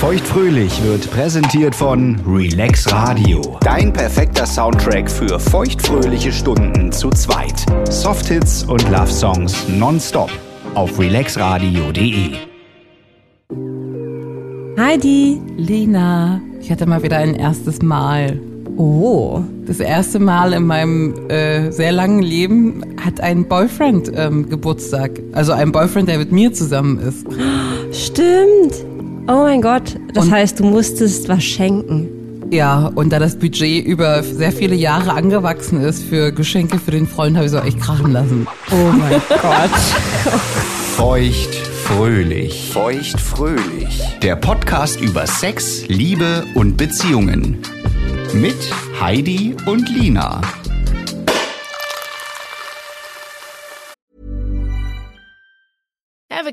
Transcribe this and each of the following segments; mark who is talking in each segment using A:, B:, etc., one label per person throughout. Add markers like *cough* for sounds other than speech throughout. A: Feuchtfröhlich wird präsentiert von Relax Radio. Dein perfekter Soundtrack für feuchtfröhliche Stunden zu zweit. Softhits und Love Songs nonstop auf relaxradio.de.
B: Heidi, Lena, ich hatte mal wieder ein erstes Mal.
C: Oh,
B: Das erste Mal in meinem äh, sehr langen Leben hat ein Boyfriend ähm, Geburtstag. Also ein Boyfriend, der mit mir zusammen ist.
C: stimmt. Oh mein Gott. Das
B: Und-
C: heißt, du musstest was schenken.
B: Ja, und da das Budget über sehr viele Jahre angewachsen ist für Geschenke für den Freund, habe ich so echt krachen lassen.
C: Oh mein Gott.
A: Feuchtfröhlich. Feuchtfröhlich. Der Podcast über Sex, Liebe und Beziehungen. Mit Heidi und Lina.
D: Ever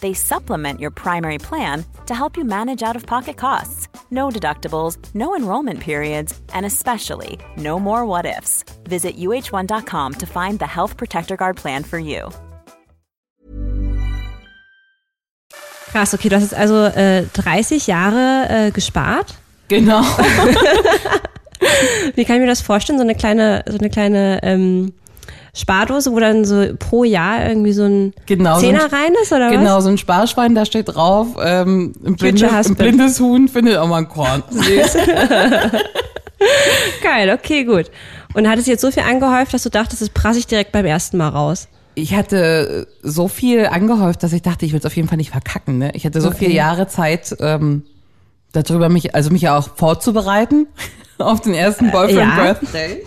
E: They supplement your primary plan to help you manage out of pocket costs. No deductibles, no enrollment periods, and especially no more what ifs. Visit uh1.com to find the Health Protector Guard plan for you.
C: Krass, okay, du hast jetzt also äh, 30 Jahre äh, gespart.
B: Genau. *laughs*
C: Wie kann ich mir das vorstellen? So eine kleine, so eine kleine ähm, Spardose, wo dann so pro Jahr irgendwie so ein
B: Genau. so ein-
C: Zehner rein ist, oder
B: Genau,
C: was?
B: so ein Sparschwein, da steht drauf, ähm,
C: Future
B: ein, blindes, ein
C: husband.
B: blindes Huhn findet auch mal ein Korn.
C: Geil, okay, gut. Und hat es jetzt so viel angehäuft, dass du dachtest, das prasse ich direkt beim ersten Mal raus.
B: ich hatte so viel angehäuft, dass ich dachte, ich will es auf jeden Fall nicht verkacken. Ne? Ich hatte so viele Jahre Zeit, ähm, darüber mich, also mich ja auch vorzubereiten *laughs* auf den ersten Boyfriend
C: Äh, ja.
B: Birthday.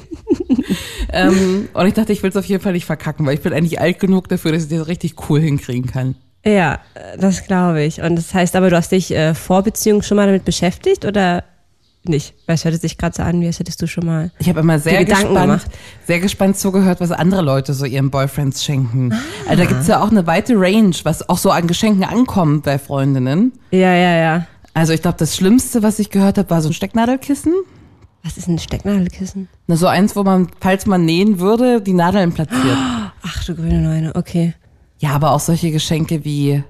C: *laughs*
B: ähm, und ich dachte, ich will es auf jeden Fall nicht verkacken, weil ich bin eigentlich alt genug dafür, dass ich das richtig cool hinkriegen kann.
C: Ja, äh, das glaube ich. Und das heißt aber, du hast dich äh, vor Beziehung schon mal damit beschäftigt oder nicht? Weil es hört sich gerade so an, wie als hättest du schon mal.
B: Ich habe immer sehr
C: Gedanken
B: gespannt,
C: gemacht.
B: sehr gespannt zugehört, was andere Leute so ihren Boyfriends schenken.
C: Ah.
B: Also da gibt's ja auch eine weite Range, was auch so an Geschenken ankommt bei Freundinnen.
C: Ja, ja, ja.
B: Also ich glaube, das Schlimmste, was ich gehört habe, war so ein Stecknadelkissen.
C: Was ist ein Stecknadelkissen?
B: Na, so eins, wo man, falls man nähen würde, die Nadeln platziert.
C: Ach du grüne Neune, okay.
B: Ja, aber auch solche Geschenke wie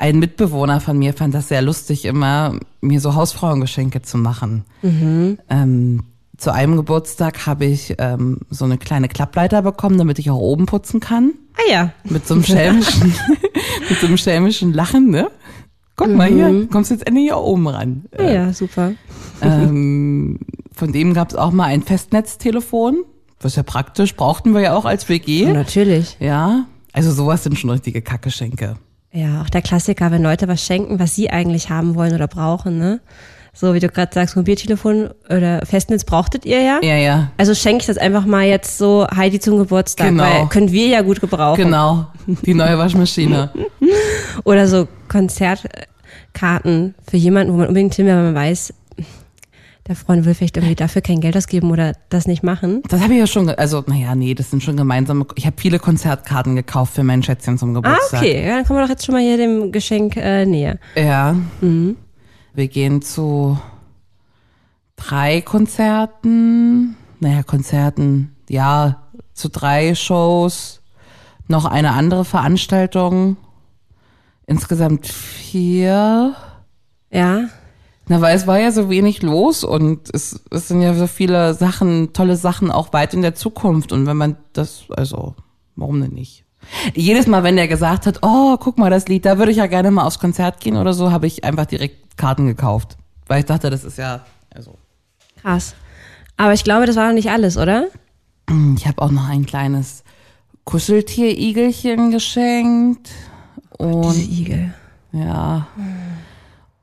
B: ein Mitbewohner von mir fand das sehr lustig, immer mir so Hausfrauengeschenke zu machen. Ähm, zu einem Geburtstag habe ich ähm, so eine kleine Klappleiter bekommen, damit ich auch oben putzen kann.
C: Ah ja.
B: Mit so einem schelmischen, *laughs* mit so einem schelmischen Lachen, ne? Guck mal hier, kommst jetzt endlich hier oben ran.
C: Ah ja, super.
B: ähm, von dem gab es auch mal ein Festnetztelefon. Was ja praktisch, brauchten wir ja auch als WG.
C: natürlich.
B: Ja, also sowas sind schon richtige Kackgeschenke.
C: Ja, auch der Klassiker, wenn Leute was schenken, was sie eigentlich haben wollen oder brauchen, ne? So wie du gerade sagst, Mobiltelefon oder Festnetz brauchtet ihr ja.
B: Ja, ja,
C: Also schenke ich das einfach mal jetzt so Heidi zum Geburtstag,
B: Genau.
C: weil können wir ja gut gebrauchen.
B: genau. Die neue Waschmaschine.
C: Oder so Konzertkarten für jemanden, wo man unbedingt hin will, weil man weiß, der Freund will vielleicht irgendwie dafür kein Geld ausgeben oder das nicht machen.
B: Das habe ich ja schon, ge- also naja, nee, das sind schon gemeinsame. Ich habe viele Konzertkarten gekauft für mein Schätzchen zum
C: Ah,
B: Geburtstag.
C: okay. Ja, dann kommen wir doch jetzt schon mal hier dem Geschenk äh, näher.
B: Ja. Wir gehen zu drei Konzerten, naja, Konzerten, ja, zu drei Shows, noch eine andere Veranstaltung, insgesamt vier.
C: Ja.
B: Na, weil es war ja so wenig los und es, es sind ja so viele Sachen, tolle Sachen auch weit in der Zukunft. Und wenn man das, also, warum denn nicht? Jedes Mal, wenn er gesagt hat, oh, guck mal, das Lied, da würde ich ja gerne mal aufs Konzert gehen oder so, habe ich einfach direkt Karten gekauft. Weil ich dachte, das ist ja, also.
C: Krass. Aber ich glaube, das war noch nicht alles, oder?
B: Ich habe auch noch ein kleines Kuscheltier-Igelchen geschenkt.
C: Diese
B: Und
C: Igel.
B: ja.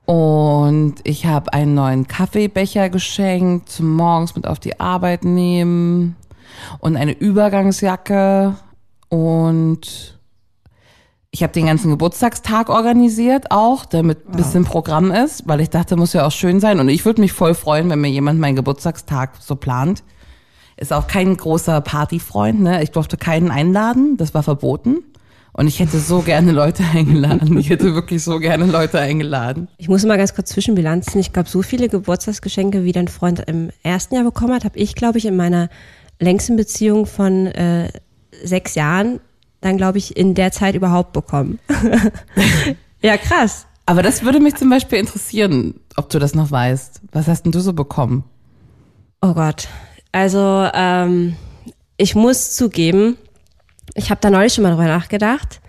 B: Und ich habe einen neuen Kaffeebecher geschenkt, zum morgens mit auf die Arbeit nehmen. Und eine Übergangsjacke. Und ich habe den ganzen Geburtstagstag organisiert auch, damit ein bisschen Programm ist, weil ich dachte, muss ja auch schön sein. Und ich würde mich voll freuen, wenn mir jemand meinen Geburtstagstag so plant. Ist auch kein großer Partyfreund, ne? Ich durfte keinen einladen, das war verboten. Und ich hätte so gerne Leute *laughs* eingeladen. Ich hätte wirklich so gerne Leute eingeladen.
C: Ich muss mal ganz kurz zwischenbilanzen. Ich glaube, so viele Geburtstagsgeschenke, wie dein Freund im ersten Jahr bekommen hat, habe ich, glaube ich, in meiner längsten Beziehung von äh, sechs Jahren dann, glaube ich, in der Zeit überhaupt bekommen. *laughs* ja, krass.
B: Aber das würde mich zum Beispiel interessieren, ob du das noch weißt. Was hast denn du so bekommen?
C: Oh Gott. Also, ähm, ich muss zugeben, ich habe da neulich schon mal drüber nachgedacht.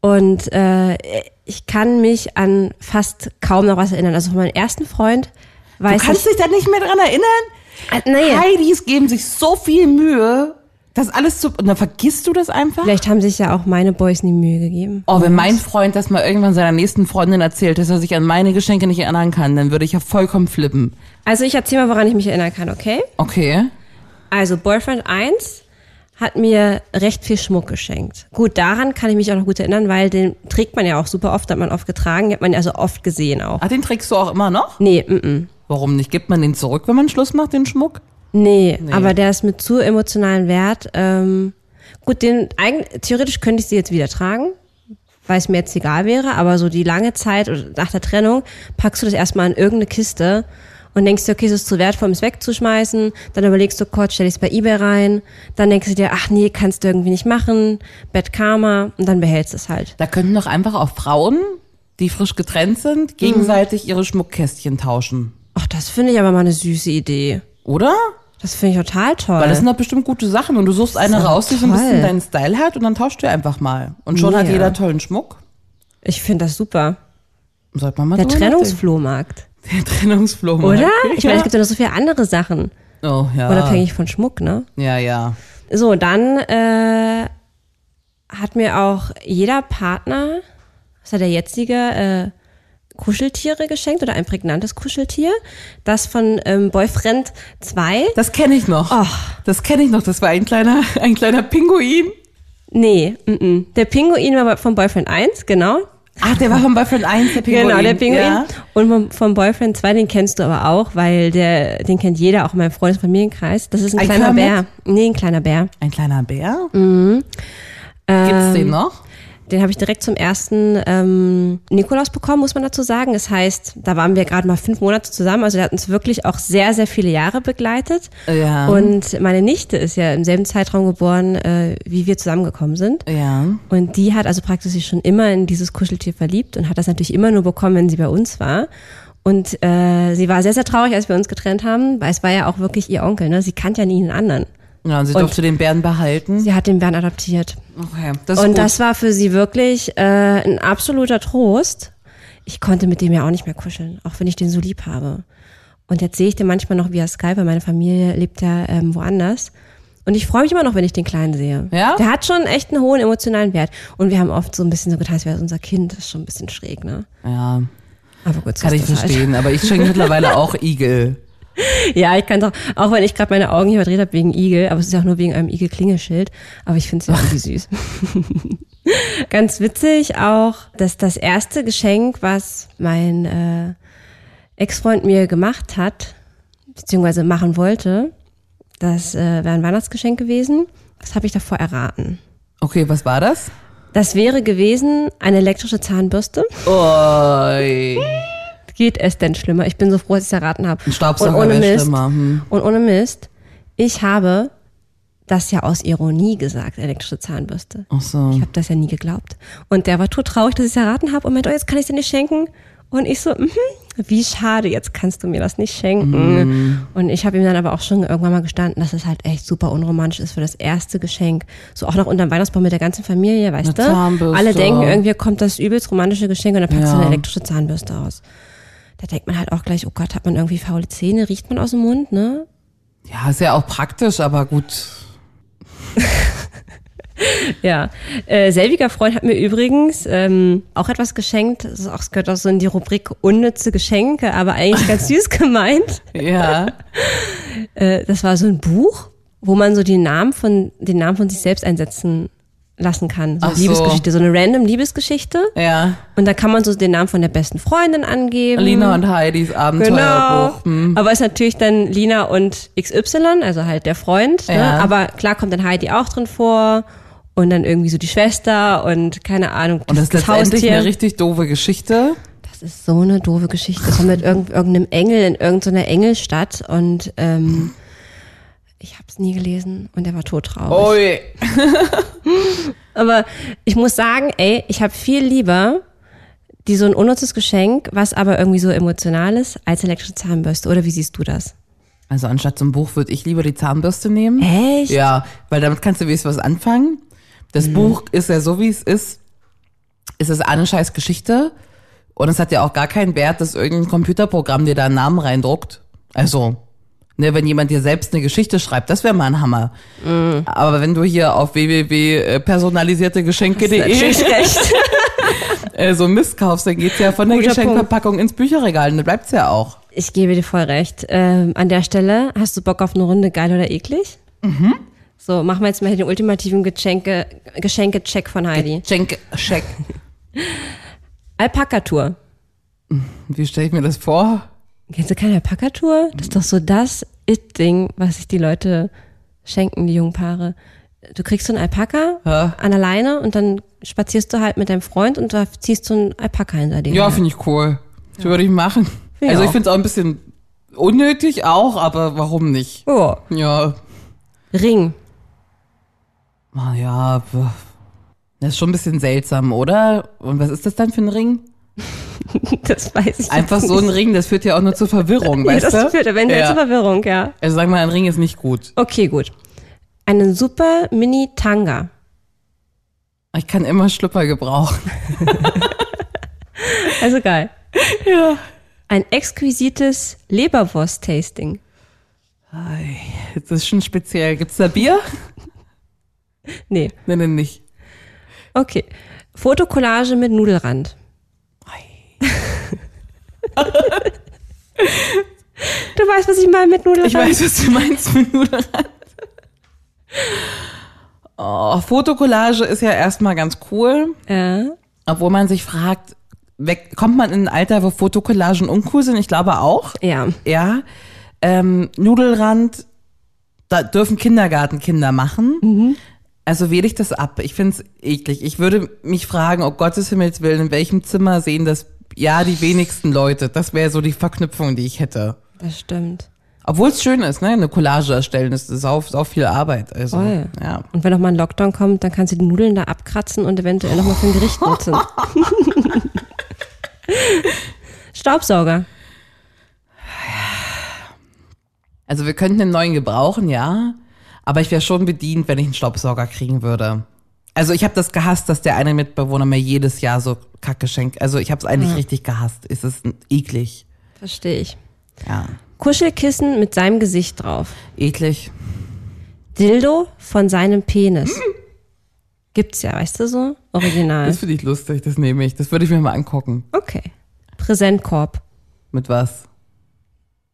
C: Und äh, ich kann mich an fast kaum noch was erinnern. Also von meinem ersten Freund weiß ich.
B: dich da nicht mehr dran erinnern?
C: Ah, nee.
B: Heidis geben sich so viel Mühe, das alles zu. Und dann vergisst du das einfach?
C: Vielleicht haben sich ja auch meine Boys nie Mühe gegeben.
B: Oh, wenn mein Freund das mal irgendwann seiner nächsten Freundin erzählt, dass er sich an meine Geschenke nicht erinnern kann, dann würde ich ja vollkommen flippen.
C: Also ich erzähle mal, woran ich mich erinnern kann, okay?
B: Okay.
C: Also Boyfriend 1 hat mir recht viel Schmuck geschenkt. Gut, daran kann ich mich auch noch gut erinnern, weil den trägt man ja auch super oft, hat man oft getragen, hat man also oft gesehen auch.
B: Ah, den trägst du auch immer noch?
C: Nee, mm, mm.
B: Warum nicht? Gibt man den zurück, wenn man Schluss macht, den Schmuck?
C: nee, aber der ist mit zu emotionalen Wert. Ähm, gut, den eigen- theoretisch könnte ich sie jetzt wieder tragen, weil es mir jetzt egal wäre, aber so die lange Zeit oder nach der Trennung packst du das erstmal in irgendeine Kiste und denkst dir, okay, es ist zu wertvoll, um es wegzuschmeißen. Dann überlegst du kurz, stell ich es bei Ebay rein. Dann denkst du dir, ach nee, kannst du irgendwie nicht machen. Bad Karma. Und dann behältst du es halt.
B: Da könnten doch einfach auch Frauen, die frisch getrennt sind, gegenseitig ihre Schmuckkästchen tauschen.
C: Ach, das finde ich aber mal eine süße Idee.
B: Oder?
C: Das finde ich total toll.
B: Weil das sind doch bestimmt gute Sachen und du suchst eine
C: doch
B: raus, die so ein
C: toll.
B: bisschen deinen Style hat und dann tauscht ihr einfach mal. Und schon hat
C: Mega.
B: jeder tollen Schmuck.
C: ich finde das super.
B: Sollte man mal
C: Der
B: drüber
C: Trennungsflohmarkt.
B: nachdenken. *laughs* Der Trennungsflohmarkt.
C: Oder? Ich meine,
B: ja.
C: es gibt ja noch so viele andere Sachen.
B: Oh, ja.
C: Unabhängig von Schmuck, ne?
B: Ja, ja.
C: So, dann äh, hat mir auch jeder Partner, was hat der jetzige, äh, Kuscheltiere geschenkt oder ein prägnantes Kuscheltier. Das von ähm, Boyfriend 2.
B: Das kenne ich noch.
C: Och.
B: Das kenne ich noch. Das war ein kleiner, *laughs* ein kleiner Pinguin.
C: Nee, mm -mm. der Pinguin war von Boyfriend 1, genau.
B: Ach, der war von Boyfriend 1, der Pinguin.
C: Genau, der Pinguin.
B: Ja.
C: Und vom, vom Boyfriend 2, den kennst du aber auch, weil der, den kennt jeder, auch in meinem Freundes- und Familienkreis. Das ist ein,
B: Ein
C: kleiner
B: Kermit?
C: Bär. Nee, ein kleiner Bär.
B: Ein kleiner Bär. Gibt's den noch?
C: Den habe ich direkt zum ersten ähm, Nikolaus bekommen, muss man dazu sagen. Das heißt, da waren wir gerade mal fünf Monate zusammen. Also der hat uns wirklich auch sehr, sehr viele Jahre begleitet.
B: Äh, Ja.
C: Und meine Nichte ist ja im selben Zeitraum geboren, äh, wie wir zusammengekommen sind.
B: Ja.
C: Und die hat also praktisch sich schon immer in dieses Kuscheltier verliebt und hat das natürlich immer nur bekommen, wenn sie bei uns war. Und äh, sie war sehr, sehr traurig, als wir uns getrennt haben, weil es war ja auch wirklich ihr Onkel. Ne? Sie kannte ja nie einen anderen.
B: Ja, und sie
C: Und-
B: durfte den Bären behalten.
C: Sie hat den Bären adoptiert.
B: Okay, das ist
C: Und
B: gut.
C: das war für sie wirklich äh, ein absoluter Trost. Ich konnte mit dem ja auch nicht mehr kuscheln, auch wenn ich den so lieb habe. Und jetzt sehe ich den manchmal noch via Skype, weil meine Familie lebt ja ähm, woanders. Und ich freue mich immer noch, wenn ich den Kleinen sehe.
B: Ja?
C: Der hat schon echt einen hohen emotionalen Wert. Und wir haben oft so ein bisschen so getan, als wäre es unser Kind. Das ist schon ein bisschen schräg, ne?
B: ja,
C: Aber gut, so
B: kann
C: ist
B: ich
C: das halt.
B: verstehen. Aber ich
C: *laughs*
B: schenke mittlerweile auch Igel.
C: Ja, ich kann auch, auch wenn ich gerade meine Augen hier verdreht habe wegen Igel, aber es ist ja auch nur wegen einem Igel-Klingelschild, aber ich finde es ja irgendwie süß. *laughs* Ganz witzig auch, dass das erste Geschenk, was mein äh, Ex-Freund mir gemacht hat, beziehungsweise machen wollte, das äh, wäre ein Weihnachtsgeschenk gewesen. Das habe ich davor erraten.
B: Okay, was war das?
C: Das wäre gewesen eine elektrische Zahnbürste.
B: Oi.
C: geht es denn schlimmer? Ich bin so froh, dass ich es erraten habe.
B: Ein Staubsauger
C: Und ohne
B: wäre
C: Mist-
B: schlimmer, hm.
C: Und ohne Mist, ich habe das ja aus Ironie gesagt, elektrische Zahnbürste.
B: Ach so.
C: Ich habe das ja nie geglaubt. Und der war todtraurig, dass ich es erraten habe und meinte, oh, jetzt kann ich dir nicht schenken. Und ich so, mhm, wie schade, jetzt kannst du mir das nicht schenken.
B: Mhm.
C: Und ich habe ihm dann aber auch schon irgendwann mal gestanden, dass es halt echt super unromantisch ist für das erste Geschenk. So auch noch unterm Weihnachtsbaum mit der ganzen Familie, weißt
B: Eine
C: du?
B: Zahnbürste.
C: Alle denken, irgendwie kommt das übelst romantische Geschenk und dann packst du
B: Ja.
C: eine elektrische Zahnbürste aus. Da denkt man halt auch gleich, oh Gott, hat man irgendwie faule Zähne, riecht man aus dem Mund, ne?
B: Ja, ist ja auch praktisch, aber gut.
C: Ja, äh, selbiger Freund hat mir übrigens ähm, auch etwas geschenkt. Das ist auch, es gehört auch so in die Rubrik unnütze Geschenke, aber eigentlich
B: *laughs*
C: ganz süß gemeint.
B: Ja.
C: Äh, das war so ein Buch, wo man so die Namen von den Namen von sich selbst einsetzen lassen kann. So
B: Ach so.
C: Liebesgeschichte, so eine random Liebesgeschichte.
B: ja.
C: Und da kann man so den Namen von der besten Freundin angeben.
B: Lina und Heidis
C: Genau.
B: Abenteuerbuch. Hm.
C: Aber ist natürlich dann Lina und XY, also halt der Freund. Ne?
B: Ja.
C: Aber klar kommt dann Heidi auch drin vor und dann irgendwie so die Schwester und keine Ahnung.
B: Und das ist letztendlich
C: Haustier.
B: eine richtig doofe Geschichte.
C: Das ist so eine doofe Geschichte. Das war mit irgend, irgendeinem Engel in irgendeiner Engelstadt und ähm, ich habe es nie gelesen und er war todtraurig.
B: Ui.
C: Aber ich muss sagen, ey, ich habe viel lieber die so ein unnützes Geschenk, was aber irgendwie so emotional ist, als elektrische Zahnbürste. Oder wie siehst du das?
B: Also anstatt zum Buch würde ich lieber die Zahnbürste nehmen.
C: Echt? Hm.
B: Ja, weil damit kannst du wenigstens was anfangen. Das Buch ist ja so, wie es ist. Es ist eine scheiß Geschichte. Und es hat ja auch gar keinen Wert, dass irgendein Computerprogramm dir da einen Namen reindruckt. Also, ne, wenn jemand dir selbst eine Geschichte schreibt, das wäre mal ein Hammer.
C: Mhm.
B: Aber wenn du hier auf www.personalisiertegeschenke.de
C: recht.
B: *laughs* äh, so Mist kaufst, dann geht's ja von der
C: Guter
B: Geschenkverpackung ins Bücherregal und dann bleibt's ja auch.
C: Ich gebe dir voll recht. Ähm, an der Stelle, hast du Bock auf eine Runde geil oder eklig? Mhm. So, machen wir jetzt mal hier den ultimativen Geschenke- Geschenke-Check von Heidi.
B: Schenk, Scheck.
C: Alpaka-Tour.
B: Wie stelle ich mir das vor?
C: Kennst du keine Alpaka-Tour? Das ist doch so das It-Ding, was sich die Leute schenken, die jungen Paare. Du kriegst so einen Alpaka an der Leine und dann spazierst du halt mit deinem Freund und da ziehst du einen Alpaka hinter dir.
B: Ja, finde ich cool. Das würde ich machen.
C: Ja.
B: Also ich finde es auch ein bisschen unnötig auch, aber warum nicht?
C: oh.
B: Ja.
C: Ring. *laughs*
B: Ah, Ja, pf. das ist schon ein bisschen seltsam, oder? Und was ist das dann für ein Ring?
C: Das weiß ich
B: Einfach
C: jetzt
B: so ein
C: nicht.
B: Ring, das führt *laughs* ja auch nur zur Verwirrung,
C: Ja,
B: weißt
C: das
B: du?
C: führt eventuell
B: ja.
C: zur Verwirrung, ja.
B: Also sag mal, ein Ring ist nicht gut.
C: Okay, gut. Einen super Mini-Tanga.
B: Ich kann immer Schlüpper gebrauchen.
C: Also geil. *laughs* ja. Ein exquisites Leberwurst-Tasting.
B: Jetzt ist schon speziell. Gibt's da Bier?
C: Nee.
B: Nein, nein, nicht.
C: Okay. Fotokollage mit Nudelrand. du weißt, was ich meine mit Nudelrand?
B: Ich weiß, was du meinst *laughs* mit Nudelrand. Oh, Fotokollage ist ja erstmal ganz cool.
C: Ja.
B: Obwohl man sich fragt, weg, kommt man in ein Alter, wo Fotokollagen uncool sind? Ich glaube auch.
C: Ja.
B: Ja. Ähm, Nudelrand, da dürfen Kindergartenkinder machen. Also wähle ich das ab. Ich find's eklig. Ich würde mich fragen, um Gottes Himmels Willen, in welchem Zimmer sehen das ja die wenigsten Leute. Das wäre so die Verknüpfung, die ich hätte.
C: Das stimmt.
B: Obwohl es schön ist, ne? Eine Collage erstellen, das ist auch, auch viel Arbeit. Also,
C: Voll.
B: ja.
C: Und wenn nochmal ein Lockdown kommt, dann kannst du die Nudeln da abkratzen und eventuell nochmal für ein Gericht nutzen. *laughs* Staubsauger.
B: Also wir könnten einen neuen gebrauchen, ja. Aber ich wäre schon bedient, wenn ich einen Staubsauger kriegen würde. Also ich habe das gehasst, dass der eine Mitbewohner mir jedes Jahr so Kacke schenkt. Also ich habe es eigentlich richtig gehasst. Es ist eklig.
C: Verstehe ich.
B: Ja.
C: Kuschelkissen mit seinem Gesicht drauf.
B: Eklig. ne?
C: Dildo von seinem Penis. Gibt's ja, weißt du so? Original.
B: Das finde ich lustig, das nehme ich. Das würde ich mir mal angucken.
C: Okay. Präsentkorb.
B: Mit was?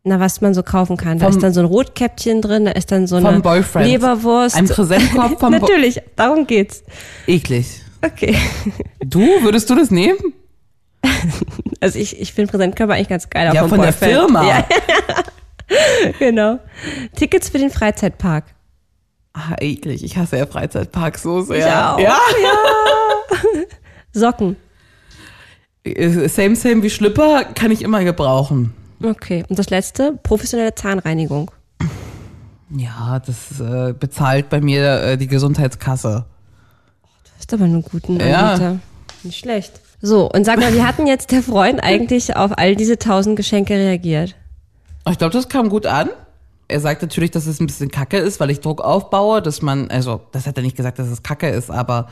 C: Na, was man so kaufen kann. Da
B: Vom-
C: ist dann so ein Rotkäppchen drin, da ist dann so eine
B: Vom Boyfriend.
C: Leberwurst. *laughs*
B: Ein Präsentkorb vom Bo
C: Natürlich, darum geht's.
B: Eklig.
C: Okay.
B: Du, würdest du das nehmen?
C: Also ich, ich finde Präsentkörper eigentlich ganz geil. auch
B: ja,
C: vom
B: von der
C: Boyfriend.
B: Firma.
C: Ja, genau. Tickets für den Freizeitpark.
B: Ah, eklig. Ich hasse ja Freizeitparks so sehr.
C: Ich auch.
B: Ja.
C: Socken.
B: äh, same, same wie Schlüpper kann ich immer gebrauchen.
C: Okay. Und das letzte, professionelle Zahnreinigung.
B: Ja, das äh, bezahlt bei mir äh, die Gesundheitskasse.
C: Hast aber einen guten
B: Ja.
C: Anbieter. Nicht schlecht. So, und sag mal, wie hat denn jetzt der Freund eigentlich auf all diese tausend Geschenke reagiert?
B: Ich glaube, das kam gut an. Er sagt natürlich, dass es ein bisschen kacke ist, weil ich Druck aufbaue, dass man, also das hat er nicht gesagt, dass es kacke ist, aber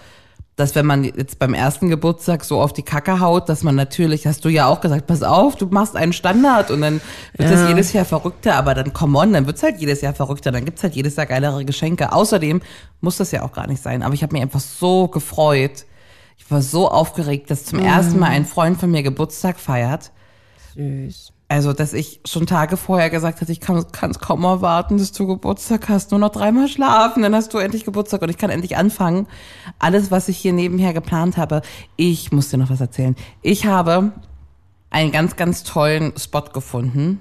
B: dass wenn man jetzt beim ersten Geburtstag so auf die Kacke haut, dass man natürlich, hast du ja auch gesagt, pass auf, du machst einen Standard und dann wird das jedes Jahr verrückter, aber dann come on, dann wird's halt jedes Jahr verrückter, dann gibt's halt jedes Jahr geilere Geschenke. Außerdem muss das ja auch gar nicht sein, aber ich habe mich einfach so gefreut. Ich war so aufgeregt, dass zum ersten Mal ein Freund von mir Geburtstag feiert.
C: Süß.
B: Also, dass ich schon Tage vorher gesagt hatte, ich kann es kaum erwarten, dass du Geburtstag hast. Nur noch dreimal schlafen, dann hast du endlich Geburtstag und ich kann endlich anfangen. Alles, was ich hier nebenher geplant habe, ich muss dir noch was erzählen. Ich habe einen ganz, ganz tollen Spot gefunden.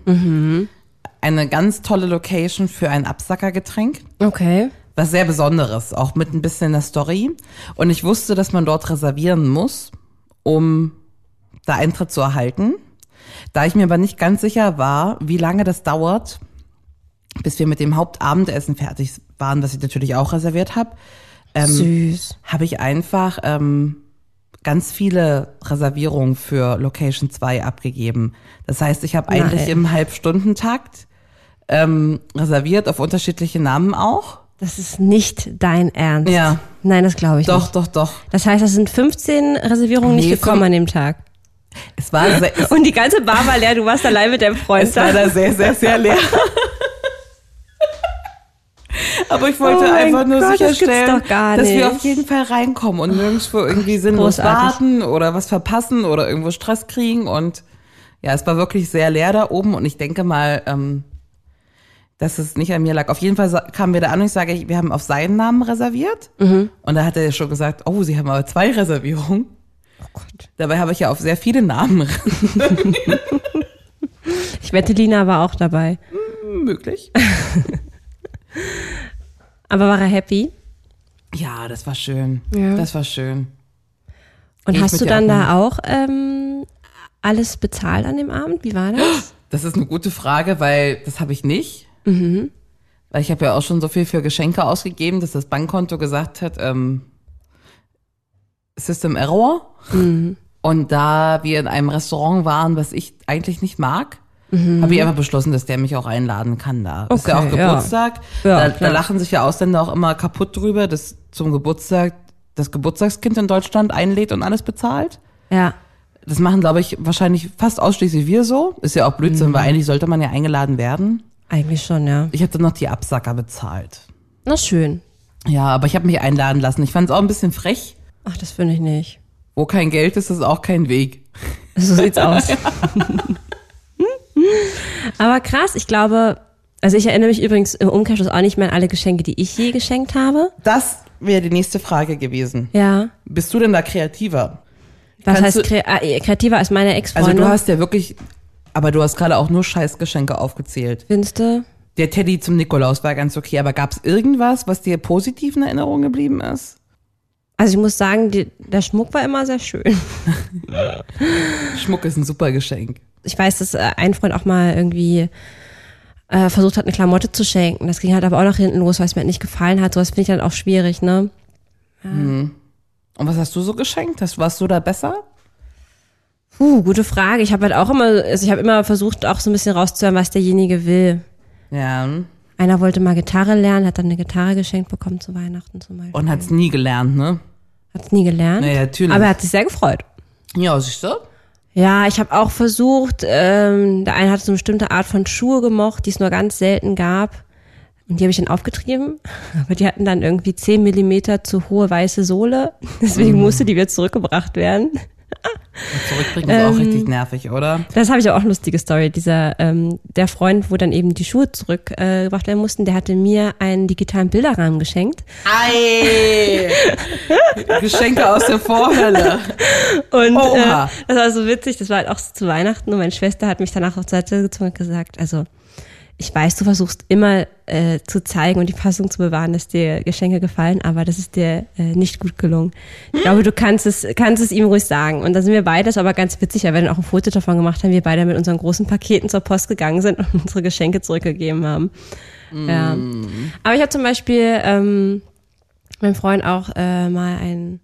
B: Eine ganz tolle Location für ein Absackergetränk
C: Okay.
B: was sehr Besonderes, auch mit ein bisschen der Story. Und ich wusste, dass man dort reservieren muss, um da Eintritt zu erhalten. Da ich mir aber nicht ganz sicher war, wie lange das dauert, bis wir mit dem Hauptabendessen fertig waren, was ich natürlich auch reserviert habe, Ähm,
C: Süß.
B: habe ich einfach ähm, ganz viele Reservierungen für Location 2 abgegeben. Das heißt, ich habe eigentlich
C: Nein.
B: im Halbstundentakt ähm, reserviert, auf unterschiedliche Namen auch.
C: Das ist nicht dein Ernst.
B: Ja.
C: Nein, das glaube ich
B: Doch,
C: nicht.
B: doch, doch.
C: Das heißt, es sind 15 Reservierungen
B: Nee,
C: nicht gekommen
B: komm.
C: an dem Tag.
B: Es war
C: *laughs*
B: sehr, es,
C: Und die ganze Bar war leer, du warst allein mit deinem Freund.
B: es war da sehr, sehr, sehr leer. Aber ich wollte
C: Oh mein
B: einfach nur
C: Gott, das gibt's
B: sicherstellen,
C: doch gar
B: dass wir
C: nicht.
B: auf jeden Fall reinkommen und nirgendwo irgendwie sinnlos
C: großartig.
B: warten oder was verpassen oder irgendwo Stress kriegen. Und ja, es war wirklich sehr leer da oben und ich denke mal, ähm, dass es nicht an mir lag. Auf jeden Fall sa- kamen wir da an und ich sage, ich- wir haben auf seinen Namen reserviert.
C: Mhm.
B: Und da hat er schon gesagt, oh, sie haben aber zwei Reservierungen.
C: Oh
B: Dabei habe ich ja auf sehr viele Namen *laughs*
C: Ich wette, Lina war auch dabei.
B: möglich.
C: Aber war er happy?
B: Ja, das war schön.
C: Ja.
B: Das war schön.
C: Und
B: Ich
C: hast
B: mit
C: du
B: dir
C: dann
B: auch
C: da auch ähm, alles bezahlt an dem Abend? Wie war das?
B: Das ist eine gute Frage, weil das habe ich nicht.
C: Mhm.
B: Weil ich habe ja auch schon so viel für Geschenke ausgegeben, dass das Bankkonto gesagt hat, ähm, System Error.
C: Mhm.
B: Und da wir in einem Restaurant waren, was ich eigentlich nicht mag, habe ich einfach beschlossen, dass der mich auch einladen kann da. ist ja auch
C: Mhm. Okay, ja.
B: Geburtstag.
C: Ja,
B: da, da
C: klar.
B: lachen sich ja Ausländer auch immer kaputt drüber, dass zum Geburtstag das Geburtstagskind in Deutschland einlädt und alles bezahlt.
C: Ja.
B: Das machen, glaube ich, wahrscheinlich fast ausschließlich wir so. Ist ja auch Blödsinn, weil eigentlich sollte man ja eingeladen werden.
C: Eigentlich schon, ja.
B: Ich habe dann noch die Absacker bezahlt.
C: Na schön.
B: Ja, aber ich habe mich einladen lassen. Ich fand es auch ein bisschen frech.
C: Ach, das finde ich nicht.
B: Wo kein Geld ist, ist auch kein Weg.
C: So
B: *laughs*
C: sieht's aus. Aber krass, ich glaube, also ich erinnere mich übrigens im Umkehrschluss auch nicht mehr an alle Geschenke, die ich je geschenkt habe.
B: Das wäre die nächste Frage gewesen.
C: Ja.
B: Bist du denn da kreativer?
C: Was
B: Kannst
C: heißt
B: du-
C: kre äh, kreativer als meine
B: Also
C: Ex-Freundin?
B: du hast ja wirklich, aber du hast gerade auch nur Scheißgeschenke aufgezählt.
C: Finste.
B: Der Teddy zum Nikolaus war ganz okay, aber gab es irgendwas, was dir positiv in Erinnerung geblieben ist?
C: Also ich muss sagen, die, der Schmuck war immer sehr schön.
B: Schmuck ist ein super Geschenk.
C: ich weiß, dass äh, ein Freund auch mal irgendwie äh, versucht hat, eine Klamotte zu schenken. Das ging halt aber auch nach hinten los, weil es mir halt nicht gefallen hat. Sowas finde ich dann auch schwierig, ne?
B: Und was hast du so geschenkt? Hast, warst du da besser?
C: Puh, gute Frage. Ich habe halt auch immer, also ich habe immer versucht, auch so ein bisschen rauszuhören, was derjenige will.
B: Ja. hm.
C: Einer wollte mal Gitarre lernen, hat dann eine Gitarre geschenkt bekommen zu Weihnachten zum Beispiel.
B: Und hat's nie gelernt, ne?
C: Hat's nie gelernt.
B: Naja, natürlich.
C: Aber er hat sich sehr gefreut.
B: Ja, siehst du?
C: Ja, ich habe auch versucht, ähm, der eine hat so eine bestimmte Art von Schuhe gemocht, die es nur ganz selten gab. Und die habe ich dann aufgetrieben. *laughs* Aber die hatten dann irgendwie 10 Millimeter zu hohe weiße Sohle. *laughs* Deswegen
B: Mhm.
C: musste die wieder zurückgebracht werden.
B: Zurückbringen
C: Ähm.
B: ist auch richtig nervig, oder?
C: Das habe ich aber auch eine lustige Story. Dieser, ähm, der Freund, wo dann eben die Schuhe zurückgebracht äh, gebracht werden mussten, der hatte mir einen digitalen Bilderrahmen geschenkt.
B: Ei! Geschenke aus der Vorhölle.
C: Und äh,
B: Oha.
C: das war so witzig, das war halt auch so zu Weihnachten und meine Schwester hat mich danach auf die Seite gezogen und gesagt, also ich weiß, du versuchst immer äh, zu zeigen und die Fassung zu bewahren, dass dir Geschenke gefallen, aber das ist dir äh, nicht gut gelungen. Ich glaube, du kannst es, kannst es ihm ruhig sagen. Und da sind wir beides aber ganz witzig, weil wir dann auch ein Foto davon gemacht haben, wir beide mit unseren großen Paketen zur Post gegangen sind und *laughs* unsere Geschenke zurückgegeben haben. Ja. Aber ich habe zum Beispiel ähm, meinem Freund auch äh, mal ein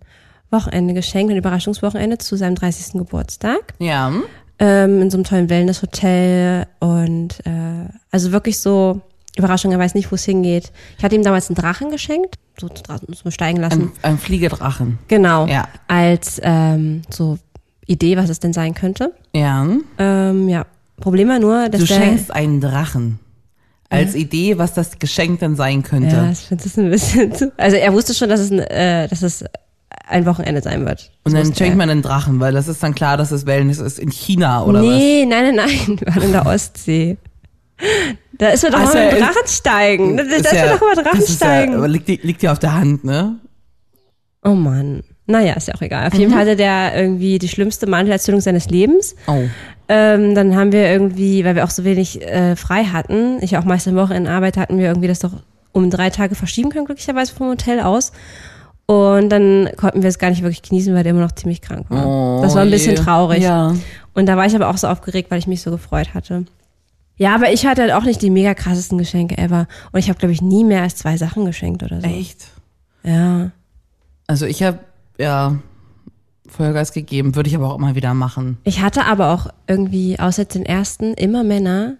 C: Wochenende geschenkt, ein Überraschungswochenende zu seinem 30. Geburtstag
B: Ja.
C: ähm, in so einem tollen Wellness-Hotel und äh, also wirklich so Überraschung, er weiß nicht, wo es hingeht. Ich hatte ihm damals einen Drachen geschenkt, so zu- zum Steigen lassen.
B: Ein, ein Fliegedrachen.
C: genau.
B: Ähm, ja.
C: Als ähm, so Idee, was es denn sein könnte.
B: Ja.
C: Ähm, ja. Problem war nur, dass
B: Du
C: der,
B: schenkst einen Drachen. Als Idee, was das Geschenk denn sein könnte.
C: Ja, ich finde das ein bisschen zu. Also er wusste schon, dass es ein, äh, dass es ein Wochenende sein wird. Das
B: Und dann
C: wusste
B: schenkt
C: er.
B: man einen Drachen, weil das ist dann klar, dass es Wellness ist in China oder
C: nee, nein, nein, nein. *laughs* Wir waren in der Ostsee. Da ist mir doch
B: Also
C: mal
B: er
C: ein
B: ist-
C: Drachensteigen. Da
B: was.
C: ist, ist mir doch mal Drachensteigen.
B: Das ist ja, liegt, liegt ja auf der Hand, ne?
C: Oh Mann. Naja, ist ja auch egal. Auf
B: Mhm.
C: jeden Fall hatte der irgendwie die schlimmste Mandelentzündung seines Lebens.
B: Oh.
C: Ähm, dann haben wir irgendwie, weil wir auch so wenig äh, frei hatten, ich auch meist eine Woche in Arbeit, hatten wir irgendwie das doch um drei Tage verschieben können, glücklicherweise vom Hotel aus. Und dann konnten wir es gar nicht wirklich genießen, weil der immer noch ziemlich krank war. das war ein bisschen
B: Oh je.
C: traurig.
B: Ja.
C: Und da war ich aber auch so aufgeregt, weil ich mich so gefreut hatte. Ja, aber ich hatte halt auch nicht die mega krassesten Geschenke ever. Und ich habe, glaube ich, nie mehr als zwei Sachen geschenkt oder so.
B: Echt?
C: Ja.
B: Also ich habe ja Vollgas gegeben, würde ich aber auch immer wieder machen.
C: Ich hatte aber auch irgendwie, außer den ersten, immer Männer,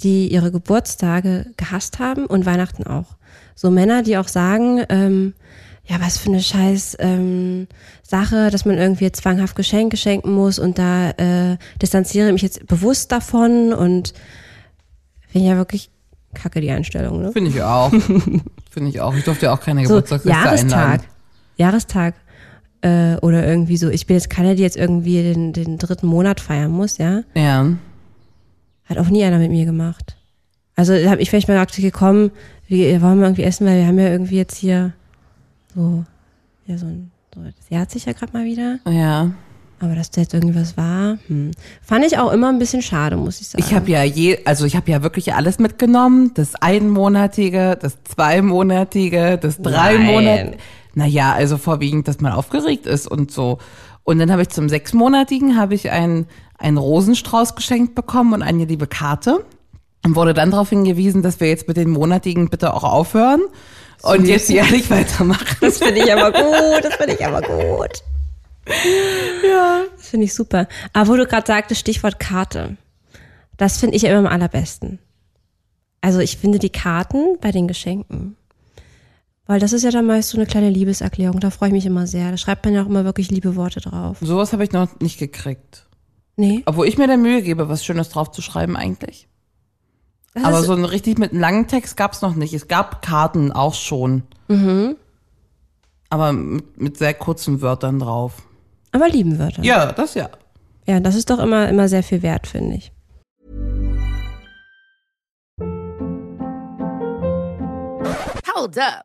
C: die ihre Geburtstage gehasst haben und Weihnachten auch. So Männer, die auch sagen, ähm, ja, was für eine scheiß ähm, Sache, dass man irgendwie jetzt zwanghaft Geschenke schenken muss und da äh, distanziere ich mich jetzt bewusst davon und finde ich ja wirklich kacke, die Einstellung. Ne?
B: Finde ich auch. Finde ich auch. Ich durfte ja auch keine
C: So
B: Geburtstagsgäste
C: Jahrestag.
B: einladen.
C: Jahrestag. Äh, oder irgendwie so, ich bin jetzt keiner, die jetzt irgendwie den, den dritten Monat feiern muss, ja.
B: Ja.
C: Hat auch nie einer mit mir gemacht. Also habe ich vielleicht mal gesagt, okay, komm, wir wollen mal irgendwie essen, weil wir haben ja irgendwie jetzt hier so, ja, so ein, so, das jährt sich ja gerade mal wieder.
B: Ja.
C: Aber dass da jetzt irgendwas war, hm. fand ich auch immer ein bisschen schade, muss ich sagen.
B: Ich habe ja je, also ich habe ja wirklich alles mitgenommen. Das einmonatige, das zweimonatige, das dreimonat. Naja, also vorwiegend, dass man aufgeregt ist und so. Und dann habe ich zum sechsmonatigen habe ich einen, einen Rosenstrauß geschenkt bekommen und eine liebe Karte. Und wurde dann darauf hingewiesen, dass wir jetzt mit den monatigen bitte auch aufhören und jetzt jährlich weitermachen. *laughs*
C: Das finde ich aber gut, das finde ich aber gut. Ja. Das finde ich super. Aber wo du gerade sagtest, Stichwort Karte. Das finde ich immer am allerbesten. Also ich finde die Karten bei den Geschenken. Weil das ist ja dann meist so eine kleine Liebeserklärung. Da freue ich mich immer sehr. Da schreibt man ja auch immer wirklich liebe Worte drauf.
B: Sowas habe ich noch nicht gekriegt.
C: Nee.
B: Obwohl ich mir der Mühe gebe, was Schönes drauf zu schreiben eigentlich.
C: Das
B: Aber
C: ist,
B: so einen richtig mit einem langen Text gab's noch nicht. Es gab Karten auch schon. Mhm. Aber mit, mit sehr kurzen Wörtern drauf.
C: aber lieben Wörter.
B: Ja, das ja.
C: ja, das ist doch immer, immer sehr viel wert, finde ich.
D: Hold up.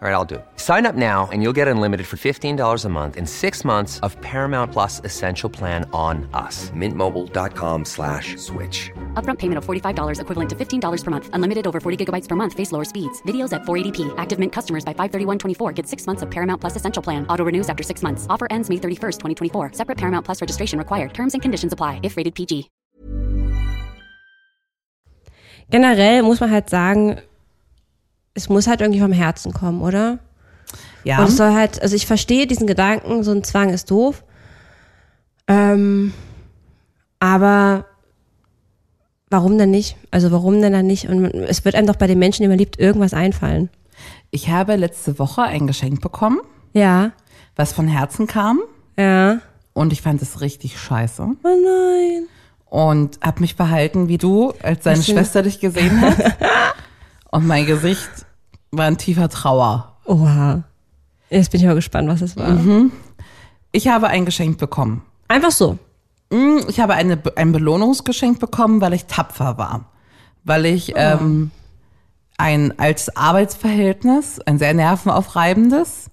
F: All right, I'll do it. Sign up now and you'll get unlimited for $15 a month in six months of Paramount Plus Essential Plan on us. Mintmobile.com slash switch.
G: Upfront payment of $45 equivalent to $15 per month. Unlimited over 40 gigabytes per month. Face lower speeds. Videos at 480p. Active Mint customers by 531.24 get six months of Paramount Plus Essential Plan. Auto renews after six months. Offer ends May 31st, 2024. Separate Paramount Plus registration required. Terms and conditions apply if rated PG.
C: Generell muss man halt sagen, es muss halt irgendwie vom Herzen kommen, oder?
B: Ja.
C: Und es soll halt, also ich verstehe diesen Gedanken, so ein Zwang ist doof. Ähm, aber warum denn nicht? Also warum denn dann nicht? Und man- es wird einem doch bei den Menschen, die man liebt, irgendwas einfallen.
B: Ich habe letzte Woche ein Geschenk bekommen,
C: Ja,
B: was von Herzen kam.
C: ja.
B: Und ich fand es richtig scheiße.
C: Oh nein.
B: und habe mich verhalten wie du, als deine Schwester dich gesehen *laughs* hat. und mein Gesicht war in tiefer Trauer.
C: Oha. Jetzt bin ich mal gespannt, was es war.
B: Ich habe ein Geschenk bekommen.
C: Einfach so.
B: Hm, Ich habe eine, ein Belohnungsgeschenk bekommen, weil ich tapfer war. Weil ich ähm, ein als Arbeitsverhältnis, ein sehr nervenaufreibendes,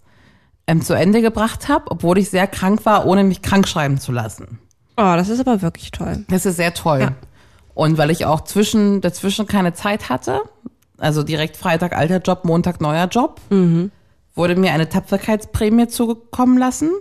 B: ähm, zu Ende gebracht habe, obwohl ich sehr krank war, ohne mich krank schreiben zu lassen.
C: Oh, das ist aber wirklich toll.
B: Das ist sehr toll. Und weil ich auch zwischen, dazwischen keine Zeit hatte, also direkt Freitag alter Job, Montag neuer Job,
C: Mhm.
B: wurde mir eine Tapferkeitsprämie
C: *laughs*
B: zugekommen lassen.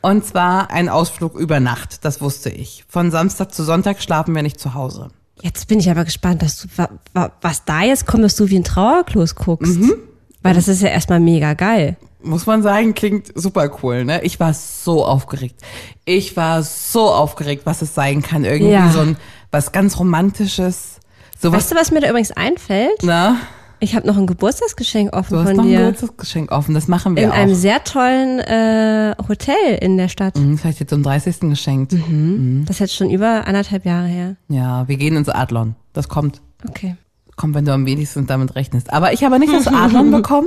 B: Und zwar ein Ausflug über Nacht, das wusste ich. Von Samstag zu Sonntag schlafen wir nicht zu Hause.
C: Jetzt bin ich aber gespannt, dass du, wa, wa, was da jetzt kommt, dass du wie ein Trauerklos guckst.
B: Mhm.
C: Weil das ist ja erstmal mega geil.
B: Muss man sagen, klingt super cool, ne? Ich war so aufgeregt. Ich war so aufgeregt, was es sein kann. Irgendwie
C: Ja.
B: so ein, was ganz Romantisches. Sowas,
C: Weißt du, was mir da übrigens einfällt?
B: ne?
C: Ich habe noch ein Geburtstagsgeschenk offen
B: Du hast
C: von
B: noch ein
C: dir.
B: Geburtstagsgeschenk offen, das machen wir
C: In
B: auch.
C: einem sehr tollen äh, Hotel in der Stadt.
B: Mhm, Vielleicht jetzt zum 30. geschenkt.
C: Mhm. Das ist jetzt schon über anderthalb Jahre her.
B: Ja, wir gehen ins Adlon. Das kommt.
C: Okay.
B: Kommt, wenn du am wenigsten damit rechnest. Aber ich habe nicht das Adlon bekommen.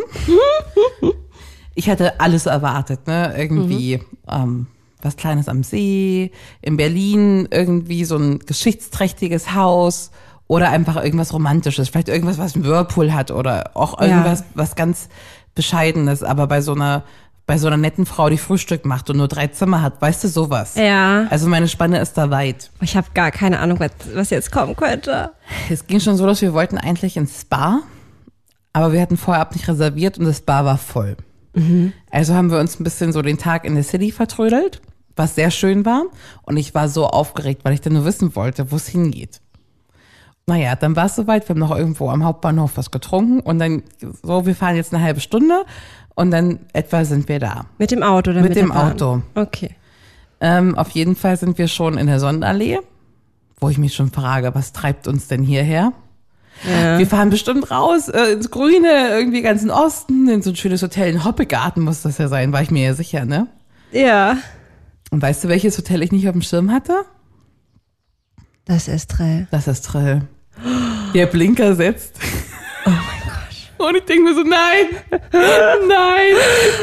B: Ich hatte alles erwartet, ne? Irgendwie ähm, was Kleines am See, in Berlin irgendwie so ein geschichtsträchtiges Haus oder einfach irgendwas Romantisches. Vielleicht irgendwas, was einen Whirlpool hat oder auch irgendwas, was ganz Bescheidenes, aber bei so einer bei so einer netten Frau, die Frühstück macht und nur drei Zimmer hat, weißt du sowas?
C: Ja.
B: Also meine Spanne ist da weit.
C: Ich habe gar keine Ahnung, was, was jetzt kommen könnte.
B: Es ging schon so los, wir wollten eigentlich ins Spa, aber wir hatten vorab nicht reserviert und das Spa war voll. Also haben wir uns ein bisschen so den Tag in der City vertrödelt, was sehr schön war. Und ich war so aufgeregt, weil ich dann nur wissen wollte, wo es hingeht. Naja, dann war es soweit, wir haben noch irgendwo am Hauptbahnhof was getrunken und dann so, wir fahren jetzt eine halbe Stunde und dann etwa sind wir da.
C: Mit dem Auto oder mit,
B: Mit dem
C: der Bahn?
B: Auto.
C: Okay.
B: Ähm, auf jeden Fall sind wir schon in der Sonnenallee, wo ich mich schon frage, was treibt uns denn hierher? Wir fahren bestimmt raus äh, ins Grüne, irgendwie ganz in den Osten, in so ein schönes Hotel. In Hoppegarten muss das ja sein, war ich mir ja sicher, ne?
C: Ja.
B: Und weißt du, welches Hotel ich nicht auf dem Schirm hatte?
C: Das Estrell.
B: Das ist Trill. Der Blinker setzt. Oh mein Gott. Und ich denke mir so, nein, nein,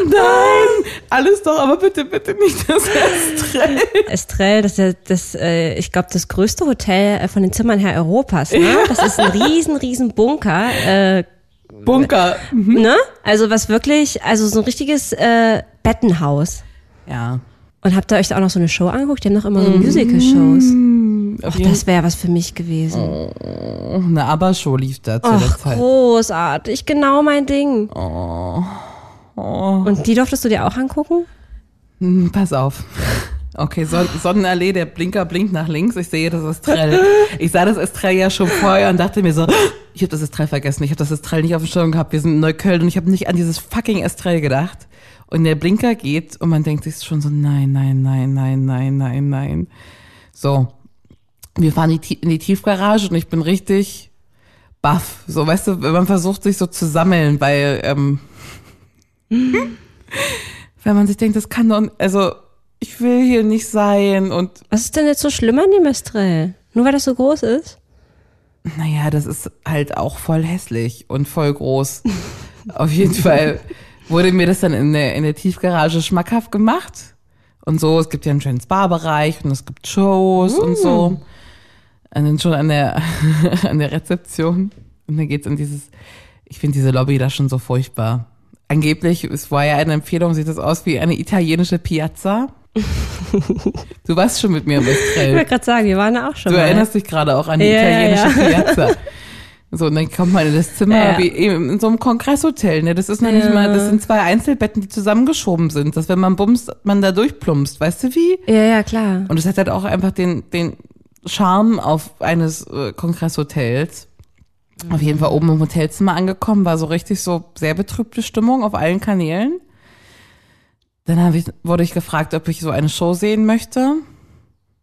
B: nein. Alles doch, aber bitte, bitte nicht das Estrell.
C: Estrell, das ist ja das, äh, ich glaube, das größte Hotel äh, von den Zimmern her Europas. Ne? Das ist ein riesen, riesen Bunker. Äh,
B: Bunker.
C: ne? Also was wirklich, also so ein richtiges äh, Bettenhaus.
B: Ja.
C: Und habt ihr euch da auch noch so eine Show angeguckt? Die haben noch immer so
B: Mhm.
C: Musical-Shows. Och, das wäre was für mich gewesen.
B: Oh, Eine ABBA-Show lief da zu der
C: Och,
B: Zeit.
C: großartig. Genau mein Ding.
B: Oh.
C: Und die durftest du dir auch angucken?
B: Hm, Pass auf. Okay, Son Sonnenallee, der Blinker blinkt nach links. Ich sehe das Estrell. Ich sah das Estrell ja schon vorher und dachte mir so, ich habe das Estrell vergessen. Ich habe das Estrell nicht auf dem Schirm gehabt. Wir sind in Neukölln und ich habe nicht an dieses fucking Estrell gedacht. Und der Blinker geht und man denkt sich schon so, nein, nein, nein, nein, nein, nein, nein. So, wir fahren die, Tie- in die Tiefgarage und ich bin richtig baff. So, weißt du, wenn man versucht, sich so zu sammeln, weil ähm, wenn man sich denkt, das kann doch, also ich will hier nicht sein und
C: Was ist denn jetzt so schlimm an dem Estrell? Nur weil das so groß ist?
B: naja, das ist halt auch voll hässlich und voll groß. Auf jeden Fall wurde mir das dann in der, in der Tiefgarage schmackhaft gemacht. Und so, es gibt ja einen schönen Spa-Bereich und es gibt Shows und so. Und dann schon an der, *laughs* an der Rezeption. Und dann geht's in dieses, ich finde diese Lobby da schon so furchtbar. Angeblich, es war ja eine Empfehlung, sieht das aus wie eine italienische Piazza. du warst schon mit mir im
C: Ich
B: Estrell.
C: wollte gerade sagen, wir waren da auch schon
B: Äh. Du
C: mal.
B: erinnerst dich gerade auch an die
C: Ja, ja,
B: italienische Piazza. So, und dann kommt man in das Zimmer
C: Ja.
B: wie eben in so einem Kongresshotel. Ne? Das ist noch nicht mal, das sind zwei Einzelbetten, die zusammengeschoben sind, dass wenn man bumst, man da durchplumpst, weißt du wie?
C: Ja, ja, klar.
B: Und es hat halt auch einfach den, den Charme auf eines äh, Kongresshotels. Auf jeden Fall oben im Hotelzimmer angekommen, war so richtig so sehr betrübte Stimmung auf allen Kanälen. Dann hab ich, wurde ich gefragt, ob ich so eine Show sehen möchte.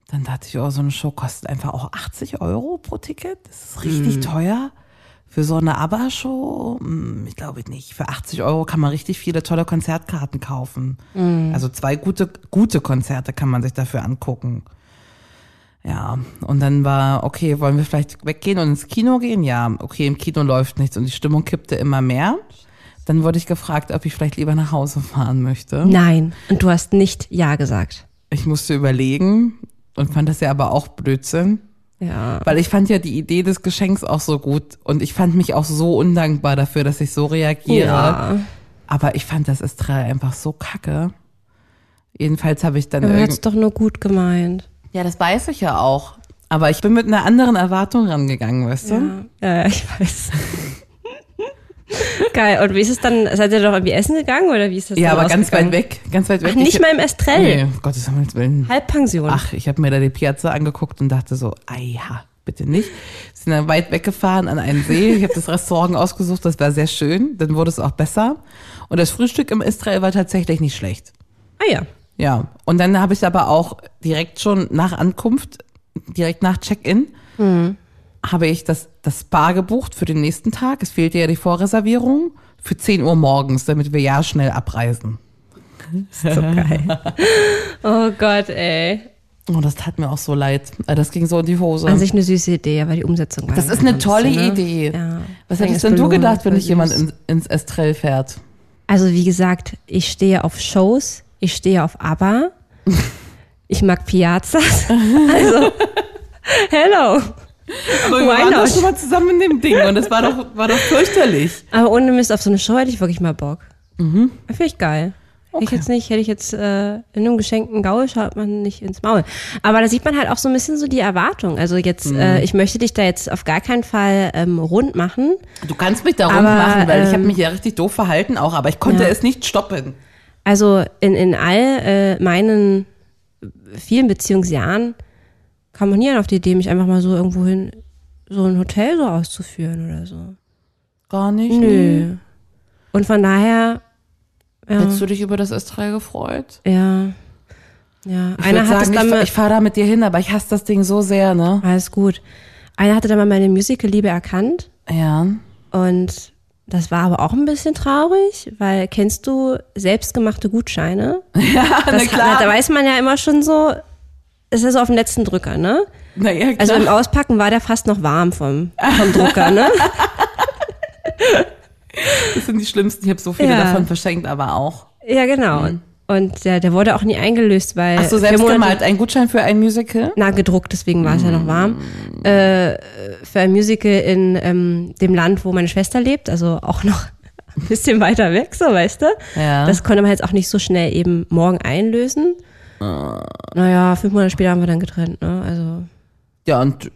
B: Dann dachte ich, oh, so eine Show kostet einfach auch 80 Euro pro Ticket. Das ist richtig teuer. Für so eine ABBA-Show, Hm, ich glaube nicht. Für 80 Euro kann man richtig viele tolle Konzertkarten kaufen. Also zwei gute, gute Konzerte kann man sich dafür angucken. Ja, und dann war, okay, wollen wir vielleicht weggehen und ins Kino gehen? Ja, okay, im Kino läuft nichts und die Stimmung kippte immer mehr. Dann wurde ich gefragt, ob ich vielleicht lieber nach Hause fahren möchte.
C: Nein. Und du hast nicht Ja gesagt.
B: Ich musste überlegen und fand das ja aber auch Blödsinn.
C: Ja.
B: Weil ich fand ja die Idee des Geschenks auch so gut und ich fand mich auch so undankbar dafür, dass ich so reagiere.
C: Ja.
B: Aber ich fand das Estrella einfach so kacke. Jedenfalls habe ich dann
C: Du
B: irgend-
C: hast doch nur gut gemeint.
B: Ja, das weiß ich ja auch. Aber ich bin mit einer anderen Erwartung rangegangen, weißt du?
C: Ja, ja, ich
B: *laughs*
C: weiß. Geil. Und wie ist es dann? Seid ihr doch irgendwie essen gegangen oder wie ist das
B: Ja,
C: dann
B: aber ganz weit
C: ausgegangen?
B: weg. Ganz weit weg.
C: Ach, nicht
B: ich,
C: mal im Estrell.
B: Nee, um Gottes Himmels Willen.
C: Halbpension.
B: Ach, ich habe mir da die Piazza angeguckt und dachte so, ah ja, bitte nicht. Sind dann weit weggefahren an einen See. Ich habe das Restaurant ausgesucht, das war sehr schön. Dann wurde es auch besser. Und das Frühstück im Israel war tatsächlich nicht schlecht.
C: Ah ja.
B: Ja, und dann habe ich aber auch direkt schon nach Ankunft, direkt nach Check-in, Mhm. habe ich das, das Spa gebucht für den nächsten Tag. Es fehlte ja die Vorreservierung für 10 Uhr morgens, damit wir ja schnell abreisen. *laughs*
C: Oh Gott, ey.
B: Und Oh, das tat mir auch so leid. Äh, Das ging so in die Hose.
C: An sich eine süße Idee, aber die Umsetzung war
B: das ist
C: einfach
B: eine tolle
C: bisschen, ne?
B: Idee.
C: Ja.
B: Was hättest
C: Deswegen
B: denn du
C: ist
B: gedacht, wenn
C: Belohnung
B: dich jemand in, ins Estrell fährt?
C: Also wie gesagt, ich stehe auf Shows, ich stehe auf ABBA, ich mag Piazzas. *laughs* Also, hello.
B: Aber Also wir
C: Why
B: waren doch
C: not?
B: schon mal zusammen in dem Ding und das war doch, war doch fürchterlich.
C: Aber ohne Mist, auf so eine Show hätte ich wirklich mal Bock. Mhm. Finde ich geil. Hätte ich jetzt nicht, hätte ich jetzt äh, in einem geschenkten Gaul schaut man nicht ins Maul. Aber da sieht man halt auch so ein bisschen so die Erwartung. Also jetzt, äh, ich möchte dich da jetzt auf gar keinen Fall ähm, rund machen.
B: Du kannst mich darum
C: Aber,
B: machen, weil ich habe
C: ähm,
B: mich ja richtig doof verhalten auch, aber ich konnte
C: ja.
B: es nicht stoppen.
C: Also in, in all äh, meinen vielen Beziehungsjahren kam man nie auf die Idee, mich einfach mal so irgendwohin so ein Hotel so auszuführen oder so.
B: Gar nicht.
C: Nö. Und von daher, ja,
B: Hättest du dich über das S3 gefreut?
C: ja, ja.
B: Ich
C: Einer
B: würd
C: hat es
B: sagen,
C: dann
B: ich,
C: mal,
B: ich fahre da mit dir hin, aber ich hasse das Ding so sehr, ne?
C: alles gut. Einer hatte dann mal meine Musical-Liebe erkannt
B: Ja.
C: und das war aber auch ein bisschen traurig, weil kennst du selbstgemachte Gutscheine?
B: *laughs* Ja,
C: Das
B: na
C: Hat, da
B: klar.
C: weiß man ja immer schon so, es ist so auf dem letzten Drücker, ne?
B: Na ja,
C: Also
B: klar.
C: im Auspacken war der fast noch warm vom, vom Drucker,
B: *laughs*
C: ne?
B: das sind die schlimmsten. Ich habe so viele
C: Ja.
B: davon verschenkt, aber auch.
C: Ja, genau. Und der, der wurde auch nie eingelöst, weil.
B: Mhm. Ach so,
C: vier
B: selbst
C: Monate-
B: gemalt. Ein Gutschein für ein Musical?
C: Na, gedruckt, deswegen war es ja noch warm.
B: Mhm.
C: Äh, für ein Musical in ähm, dem Land, wo meine Schwester lebt, also auch noch *laughs* ein bisschen weiter weg, so weißt du.
B: Ja.
C: Das konnte man jetzt auch nicht so schnell eben morgen einlösen.
B: Ah.
C: Naja, fünf Monate später haben wir dann getrennt, ne? Also.
B: Ja, und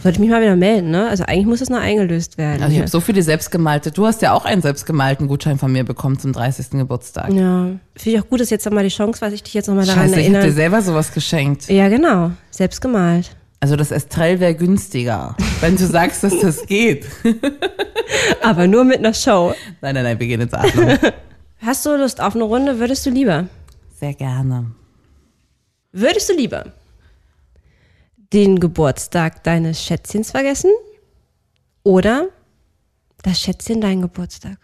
C: Sollte ich mich mal wieder melden, ne? Also eigentlich muss das noch eingelöst werden.
B: also ich habe so viele selbstgemalte. Du hast ja auch einen selbstgemalten Gutschein von mir bekommen zum 30. Geburtstag.
C: ja. Finde ich auch gut, dass jetzt nochmal die Chance war, dass ich dich jetzt nochmal daran
B: Scheiße, ich hab dir
C: erinnere.
B: selber sowas geschenkt.
C: Ja, genau. Selbst gemalt.
B: Also das Estrell wäre günstiger, *laughs* wenn du sagst, dass das geht.
C: Aber nur mit einer Show.
B: Nein, nein, nein, wir gehen ins
C: *laughs*
B: Adlon.
C: Hast du Lust auf eine Runde? Würdest du lieber?
B: Sehr gerne.
C: Würdest du lieber den Geburtstag deines Schätzchens vergessen? Oder das Schätzchen deinen Geburtstag?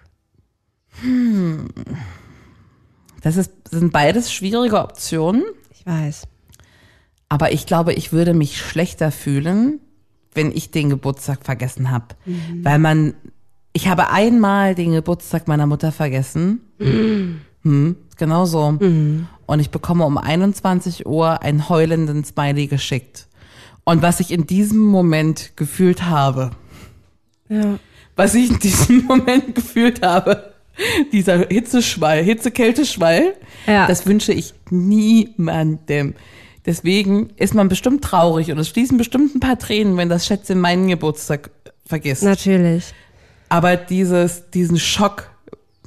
B: Das ist, sind beides schwierige Optionen,
C: Ich weiß.
B: aber ich glaube, ich würde mich schlechter fühlen, wenn ich den Geburtstag vergessen habe. Weil man, ich habe einmal den Geburtstag meiner Mutter vergessen. Hm, genau so. Und ich bekomme um 21 Uhr einen heulenden Smiley geschickt. Und was ich in diesem Moment gefühlt habe,
C: Ja.
B: was ich in diesem *laughs* Moment gefühlt habe. Dieser Hitzeschwall, Hitze-Kälte-Schwall,
C: Ja.
B: das wünsche ich niemandem. Deswegen ist man bestimmt traurig und es fließen bestimmt ein paar Tränen, wenn das Schätzchen meinen Geburtstag vergisst.
C: Natürlich.
B: Aber dieses, diesen Schock,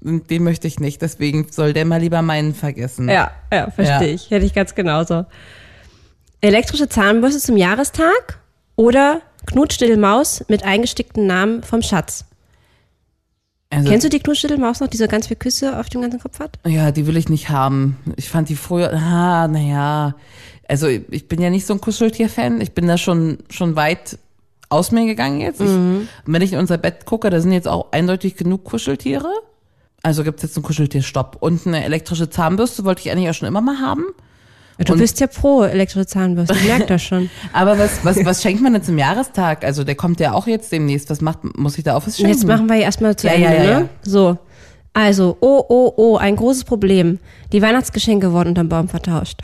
B: den möchte ich nicht. Deswegen soll der mal lieber meinen vergessen.
C: Ja, ja, verstehe
B: Ja.
C: ich. Hätte ich ganz genauso. Elektrische Zahnbürste zum Jahrestag oder Knutschdittelmaus mit eingestickten Namen vom Schatz.
B: Also,
C: Kennst du die Knutschdittelmaus noch, die so ganz viele Küsse auf dem ganzen Kopf hat?
B: Ja, die will ich nicht haben. Ich fand die früher, ah, naja. Also ich bin ja nicht so ein Kuscheltier-Fan. Ich bin da schon, schon weit aus mir gegangen jetzt. Ich, wenn ich in unser Bett gucke, da sind jetzt auch eindeutig genug Kuscheltiere. Also gibt's jetzt einen Kuscheltierstopp. Und eine elektrische Zahnbürste wollte ich eigentlich auch schon immer mal haben.
C: Du
B: Und-
C: bist ja pro elektrische Zahnbürste, ich merke das
B: *laughs*
C: schon.
B: Aber was, was, was schenkt man denn zum Jahrestag? Also der kommt ja auch jetzt demnächst. Was macht, muss ich da auch was
C: Und
B: schenken?
C: jetzt machen wir hier erstmal zu
B: Ja,
C: Ende,
B: ja, ja, ja.
C: ne? So. Also, oh, oh, oh, ein großes Problem. Die Weihnachtsgeschenke wurden unterm Baum
B: *laughs*
C: vertauscht.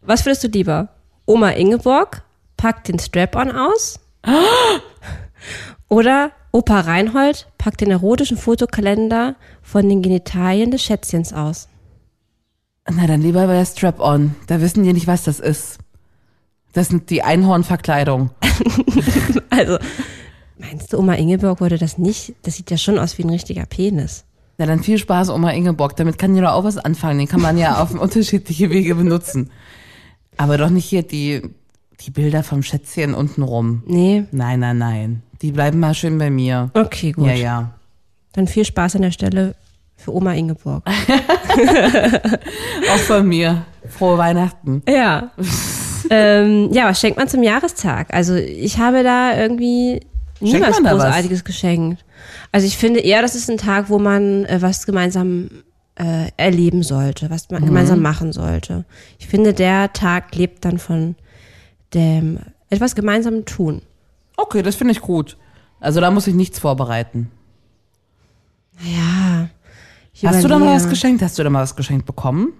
C: Was würdest du lieber? Oma Ingeborg packt den Strap-on
B: *gasps*
C: aus? Oder Opa Reinhold packt den erotischen Fotokalender von den Genitalien des Schätzchens aus?
B: Na dann lieber bei der Strap-on. Da wissen die nicht, was das ist. Das sind die Einhornverkleidung.
C: Also, meinst du, Oma Ingeborg würde das nicht? Das sieht ja schon aus wie ein richtiger Penis.
B: Na dann viel Spaß, Oma Ingeborg. Damit kann jeder auch was anfangen. Den kann man ja auf *laughs* unterschiedliche Wege benutzen. Aber doch nicht hier die, die Bilder vom Schätzchen untenrum.
C: Nee.
B: Nein, nein, nein. Die bleiben mal schön bei mir.
C: Okay, gut.
B: Ja, ja.
C: Dann viel Spaß an der Stelle für Oma Ingeborg.
B: Auch von mir. Frohe Weihnachten.
C: Ja. *laughs* ähm, ja, was schenkt man zum Jahrestag? Also ich habe da irgendwie niemals
B: man da was?
C: großartiges geschenkt. Also ich finde eher, das ist ein Tag, wo man äh, was gemeinsam äh, erleben sollte, was
B: Mhm.
C: man gemeinsam machen sollte. Ich finde, der Tag lebt dann von dem etwas gemeinsamen Tun.
B: Okay, das finde ich gut. Also da muss ich nichts vorbereiten.
C: Ja. Ich
B: Hast du da mal
C: überlege.
B: was geschenkt? Hast du da mal was geschenkt bekommen?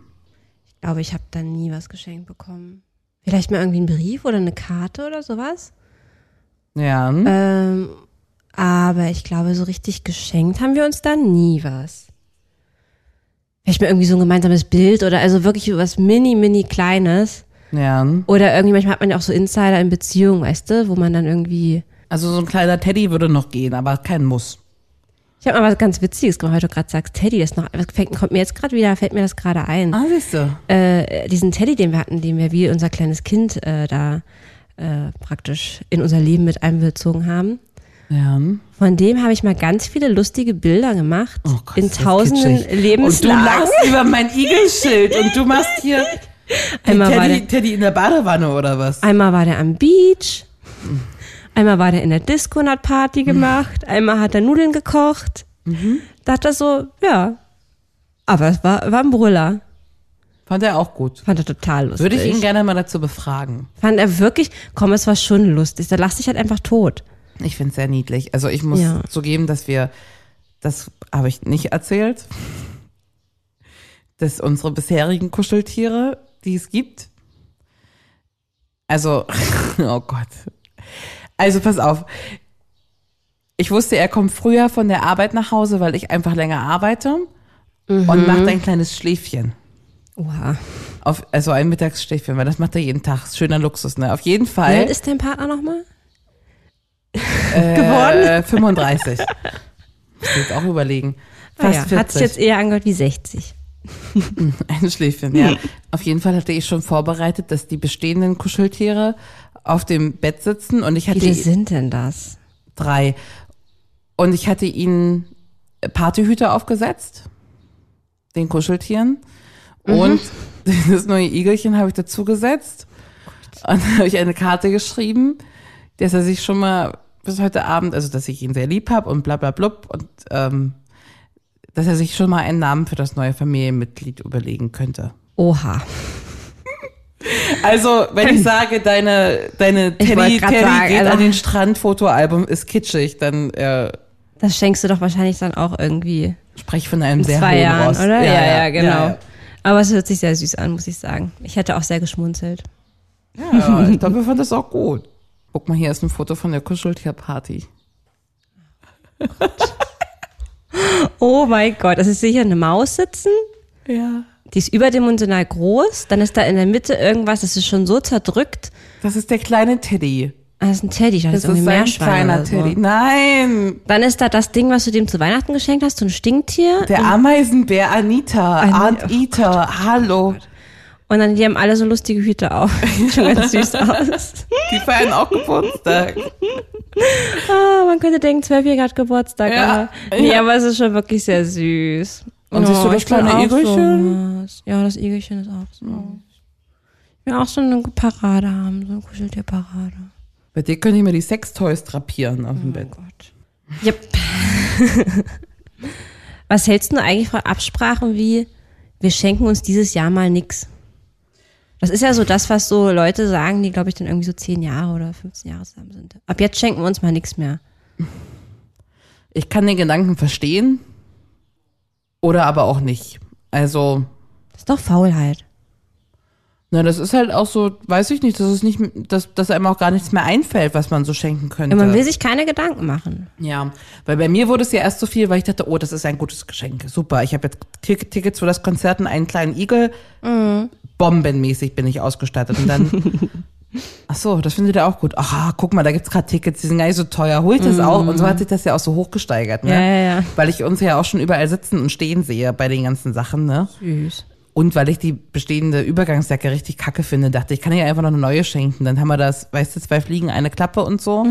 C: Ich glaube, ich habe da nie was geschenkt bekommen. Vielleicht mal irgendwie einen Brief oder eine Karte oder sowas.
B: Ja.
C: Ähm, aber ich glaube, so richtig geschenkt haben wir uns da nie was. Vielleicht mal irgendwie so ein gemeinsames Bild oder also wirklich was mini, mini Kleines.
B: Ja.
C: Oder irgendwie manchmal hat man ja auch so Insider in Beziehung, weißt du, wo man dann irgendwie.
B: Also so ein kleiner Teddy würde noch gehen, aber kein Muss.
C: Ich habe mal was ganz Witziges gemacht, weil du gerade sagst, Teddy, das ist noch, das fängt, kommt mir jetzt gerade wieder, fällt mir das gerade ein.
B: Ah, siehst du.
C: Äh, diesen Teddy, den wir hatten, den wir wie unser kleines Kind äh, da äh, praktisch in unser Leben mit einbezogen haben.
B: Ja.
C: Von dem habe ich mal ganz viele lustige Bilder gemacht.
B: Oh Gott,
C: in
B: ist das
C: tausenden
B: kitschig. Und du
C: Lebenslagen.
B: lachst über mein Igelschild und du machst hier die
C: Einmal war
B: Teddy,
C: der-
B: Teddy in der Badewanne oder was?
C: Einmal war der am Beach. Einmal war der in der Disco und hat Party
B: Mhm.
C: gemacht. Einmal hat er Nudeln gekocht. Da hat er so, ja. Aber es war, war ein Brüller.
B: Fand er auch gut.
C: Fand er total lustig.
B: Würde ich ihn gerne mal dazu befragen.
C: Fand er wirklich, komm, es war schon lustig. Da lachte ich halt einfach tot.
B: Ich finde es sehr niedlich. Also ich muss
C: Ja.
B: zugeben, dass wir, das habe ich nicht erzählt, dass unsere bisherigen Kuscheltiere, die es gibt, also, *laughs* oh Gott. Also pass auf. Ich wusste, er kommt früher von der Arbeit nach Hause, weil ich einfach länger arbeite und macht ein kleines Schläfchen.
C: Oha.
B: Auf, also ein Mittagsschläfchen, weil das macht er jeden Tag. Schöner Luxus, ne? Auf jeden
C: Wie
B: Fall.
C: alt ist dein Partner nochmal? geworden?
B: Äh, 35. Muss ich jetzt auch überlegen. Fast
C: Ah
B: 40.
C: Hat sich jetzt eher angehört wie 60.
B: ein Schläfchen,
C: Hm.
B: ja. Auf jeden Fall hatte ich schon vorbereitet, dass die bestehenden Kuscheltiere auf dem Bett sitzen und ich
C: Wie
B: hatte
C: viele sind denn das?
B: drei. Und ich hatte ihnen Partyhüter aufgesetzt, den Kuscheltieren.
C: Mhm.
B: Und *laughs* das neue Igelchen habe ich dazu gesetzt. Und *laughs* dann habe ich eine Karte geschrieben, dass er sich schon mal bis heute Abend, also dass ich ihn sehr lieb habe und bla bla blub und ähm, dass er sich schon mal einen Namen für das neue Familienmitglied überlegen könnte.
C: Oha.
B: Also,
C: *laughs*
B: wenn ich sage, deine, deine
C: Ich
B: Teddy,
C: wollte grad
B: Teddy
C: sagen,
B: geht
C: also-
B: an den Strand, Fotoalbum ist kitschig, dann äh,
C: Das schenkst du doch wahrscheinlich dann auch irgendwie
B: Sprech von einem
C: in
B: sehr
C: zwei
B: hohen
C: Jahren,
B: Ross.
C: oder? Ja, ja, genau.
B: Ja,
C: Aber es hört sich sehr süß an, muss ich sagen. Ich hätte auch sehr geschmunzelt.
B: ja. ja ich glaube, wir fanden das auch gut. Guck mal, hier ist ein Foto von der Kuscheltierparty.
C: Oh mein Gott, das ist sicher eine Maus sitzen.
B: Ja.
C: Die ist überdimensional groß. Dann ist da in der Mitte irgendwas, das ist schon so zerdrückt.
B: Das ist der kleine Teddy.
C: Ah, das ist ein Teddy, das, ist
B: Das
C: irgendwie
B: ist ein
C: Meerschwein.
B: kleiner
C: oder so.
B: Teddy. Nein,
C: Dann ist da das Ding, was du dem zu Weihnachten geschenkt hast, so ein Stinktier.
B: der Ameisenbär Anita,
C: Ani-
B: Aunt
C: oh
B: Ita, hallo.
C: Und dann, die haben alle so lustige Hüte auf. *laughs* Sieht schon ganz süß aus.
B: Die feiern auch Geburtstag.
C: Ah, man könnte denken, zwölfjähriger hat Geburtstag.
B: Ja,
C: aber, nee,
B: ja.
C: aber es ist schon wirklich sehr süß.
B: Und siehst du das
C: ich will
B: kleine
C: auch
B: Igelchen? Mhm.
C: sowas. Ja, das Igelchen ist auch so. Ich will auch so eine Parade haben, so eine Kuscheltierparade.
B: Bei dir könnte ich mir die Sextoys drapieren
C: Oh
B: auf dem Bett.
C: *laughs* Yep. Was hältst du eigentlich von Absprachen wie, wir schenken uns dieses Jahr mal nix? Das ist ja so das, was so Leute sagen, die, glaube ich, dann irgendwie so zehn Jahre oder 15 Jahre zusammen sind. Ab jetzt schenken wir uns mal nichts mehr.
B: Ich kann den Gedanken verstehen oder aber auch nicht. Also,
C: Das ist doch Faulheit.
B: na, das ist halt auch so, weiß ich nicht, dass es nicht, dass, dass einem auch gar nichts mehr einfällt, was man so schenken könnte.
C: Und man will sich keine Gedanken machen.
B: Ja, weil bei mir wurde es ja erst so viel, weil ich dachte, oh, das ist ein gutes Geschenk. Super, ich habe jetzt Tick- Tickets für das Konzert und einen kleinen Igel.
C: Mhm.
B: Bombenmäßig bin ich ausgestattet. Und dann,
C: *laughs*
B: ach so, das findet ihr auch gut. Aha, guck mal, da gibt's gerade Tickets, die sind gar nicht so teuer. Holt das auch. Und so hat sich das ja auch so hochgesteigert. Ne?
C: Mhm. Ja, ja, ja.
B: Weil ich uns ja auch schon überall sitzen und stehen sehe bei den ganzen Sachen. Ne?
C: Süß.
B: Und weil ich die bestehende Übergangsjacke richtig kacke finde, dachte ich, kann ihr einfach noch eine neue schenken. Dann haben wir das, weißt du, zwei Fliegen, eine Klappe und so.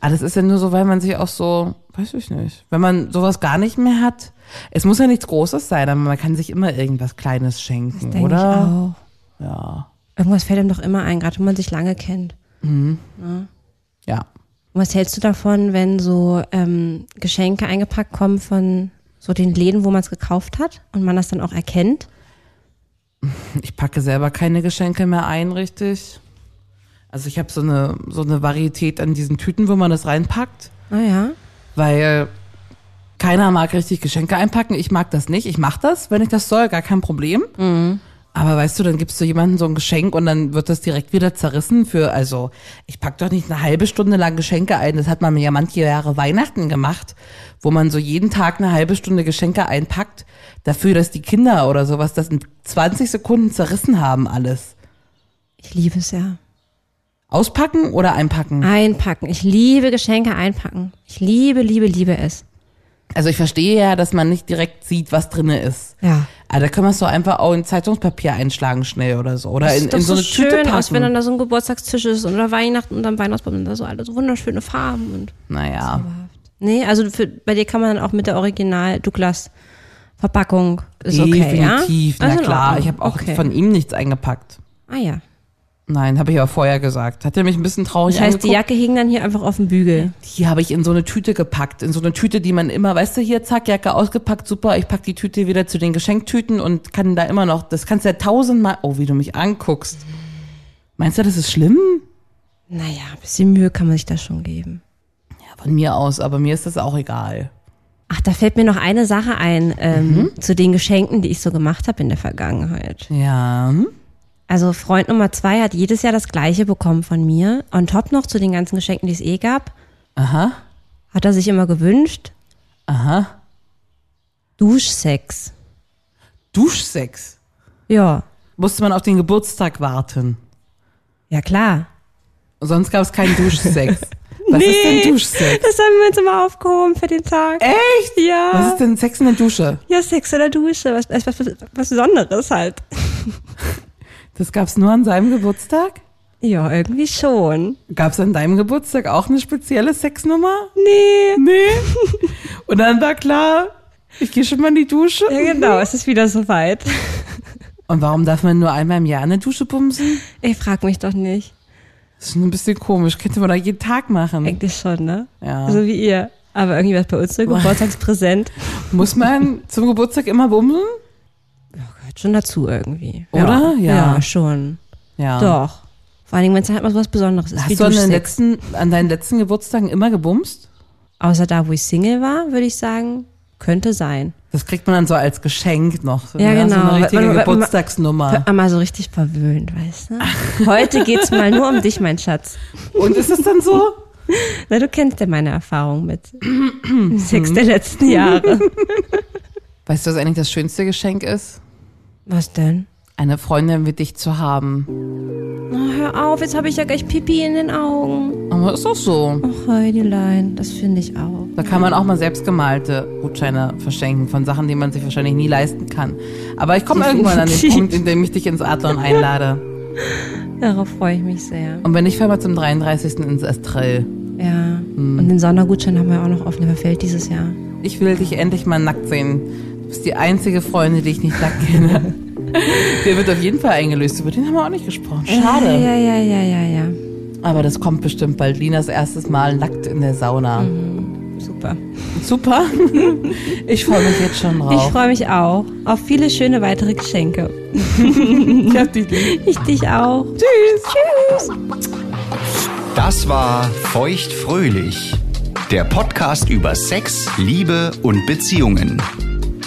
B: Aber das ist ja nur so, weil man sich auch so, weiß ich nicht, wenn man sowas gar nicht mehr hat. Es muss ja nichts Großes sein, aber man kann sich immer irgendwas Kleines schenken,
C: Denke ich
B: oder?
C: auch.
B: Ja.
C: Irgendwas fällt einem doch immer ein, gerade wenn man sich lange kennt.
B: Ja.
C: Und was hältst du davon, wenn so ähm, Geschenke eingepackt kommen von so den Läden, wo man es gekauft hat und man das dann auch erkennt?
B: Ich packe selber keine Geschenke mehr ein, richtig. Also ich habe so eine, so eine Varietät an diesen Tüten, wo man das reinpackt.
C: Ah ja.
B: weil keiner mag richtig Geschenke einpacken. Ich mag das nicht. Ich mache das, wenn ich das soll, gar kein Problem. Aber weißt du, dann gibst du jemandem so ein Geschenk und dann wird das direkt wieder zerrissen für, also ich pack doch nicht eine halbe Stunde lang Geschenke ein. Das hat man mir ja manche Jahre Weihnachten gemacht, wo man so jeden Tag eine halbe Stunde Geschenke einpackt, dafür, dass die Kinder oder sowas das in 20 Sekunden zerrissen haben alles.
C: Ich liebe es ja.
B: Auspacken oder einpacken?
C: Einpacken. Ich liebe Geschenke einpacken. Ich liebe, liebe, liebe es.
B: Also ich verstehe ja, dass man nicht direkt sieht, was drinne ist.
C: Ja.
B: Aber Ah, da können wir es doch einfach auch in Zeitungspapier einschlagen schnell oder so. Oder
C: Das
B: in,
C: sieht doch
B: in so eine
C: schön
B: Tüte
C: aus, wenn dann
B: packen.
C: da so ein Geburtstagstisch ist und oder Weihnachten und dann Weihnachtsbaum und da so alle so wunderschöne Farben und.
B: Naja,
C: Nee, also für, bei dir kann man dann auch mit der Original Douglas Verpackung ist okay,
B: definitiv.
C: ja?
B: Na
C: Also in
B: klar,
C: Ordnung.
B: ich habe auch
C: okay.
B: von ihm nichts eingepackt.
C: Ah ja.
B: Nein, habe ich aber vorher gesagt. Hat er mich ein bisschen traurig
C: Das heißt, die
B: angeguckt.
C: Jacke hing dann hier einfach auf dem Bügel.
B: Die, habe ich in so eine Tüte gepackt. In so eine Tüte, die man immer, weißt du, hier, zack, Jacke ausgepackt, super, ich pack die Tüte wieder zu den Geschenktüten und kann da immer noch, das kannst du ja tausendmal, oh, wie du mich anguckst. Meinst du, das ist schlimm?
C: Naja, ein bisschen Mühe kann man sich da schon geben.
B: Ja, von mir aus, aber mir ist das auch egal.
C: Ach, da fällt mir noch eine Sache ein ähm, zu den Geschenken, die ich so gemacht habe in der Vergangenheit.
B: Mhm. Ja. hm?
C: Also Freund Nummer zwei hat jedes Jahr das gleiche bekommen von mir. On top noch zu den ganzen Geschenken, die es eh gab.
B: Aha.
C: Hat er sich immer gewünscht.
B: Aha.
C: Duschsex.
B: Duschsex.
C: Ja.
B: Musste man auf den Geburtstag warten.
C: Ja klar.
B: Sonst gab es
C: *laughs*
B: keinen Duschsex. Was ist denn Duschsex?
C: Das haben wir uns immer aufgehoben für den Tag.
B: Echt?
C: Ja.
B: Was ist denn Sex in der Dusche?
C: Ja, Sex oder Dusche. Was, was, was, was Besonderes halt.
B: Das gab es nur an seinem Geburtstag?
C: Ja, irgendwie schon.
B: Gab es an deinem Geburtstag auch eine spezielle Sexnummer?
C: Nee.
B: Nee. *laughs* Und dann war klar, ich gehe schon mal in die Dusche.
C: Ja, genau. Es ist wieder soweit.
B: Und warum darf man nur einmal im Jahr in der Dusche bumsen?
C: Ich frag mich doch nicht.
B: Das ist schon ein bisschen komisch. Könnte man da jeden Tag machen.
C: Eigentlich schon, ne?
B: Ja.
C: So wie ihr. Aber irgendwie war es bei uns so Geburtstagspräsent.
B: Muss man zum Geburtstag immer bumsen?
C: Gehört schon dazu irgendwie.
B: Oder? Ja.
C: Ja, ja schon.
B: Ja.
C: Doch. Vor allen Dingen, wenn es halt mal so was Besonderes ist. wie
B: Hast du an, den
C: Duschsex.
B: letzten, an deinen letzten Geburtstagen immer gebumst?
C: Außer da, wo ich Single war, würde ich sagen, könnte sein.
B: Das kriegt man dann so als Geschenk noch.
C: Ja,
B: ne? So
C: genau.
B: eine richtige
C: Weil- weil- weil- *laughs*
B: Geburtstagsnummer.
C: Einmal so richtig verwöhnt, weißt du? Heute geht's mal nur um dich, mein Schatz.
B: Und ist es dann so?
C: Na, du kennst ja meine Erfahrung mit Sex der *laughs* letzten Jahre.
B: Weißt du, was eigentlich das schönste Geschenk ist?
C: Was denn?
B: Eine Freundin wie dich zu haben.
C: Oh, hör auf, jetzt habe ich ja gleich Pipi in den Augen.
B: Aber ist doch so.
C: Och, Heidelein, das finde ich auch.
B: Da kann man auch mal selbstgemalte Gutscheine verschenken von Sachen, die man sich wahrscheinlich nie leisten kann. Aber ich komme irgendwann an den
C: Definitiv.
B: Punkt, in dem ich dich ins Adlon einlade.
C: Darauf freue ich mich sehr.
B: Und wenn nicht, fahren wir zum 33. ins Estrell.
C: Ja. Und den Sondergutschein haben wir auch noch offen. Der verfällt dieses Jahr.
B: Ich will dich endlich mal nackt sehen. Du bist die einzige Freundin, die ich nicht
C: *laughs*
B: nackt kenne. Der wird auf jeden Fall eingelöst. Über den haben wir auch nicht gesprochen. Schade.
C: Ja, ja, ja, ja, ja.
B: Aber das kommt bestimmt bald. Linas erstes Mal nackt in der Sauna.
C: Das Super.
B: Super. *laughs* Ich freue mich jetzt schon
C: Ich
B: drauf.
C: freue mich auch auf viele schöne weitere *laughs* Geschenke. *laughs*
B: Ich hab die Idee.
C: Ich dich auch.
B: Tschüss.
C: Tschüss.
A: Das war Feuchtfröhlich, der Podcast über Sex, Liebe und Beziehungen.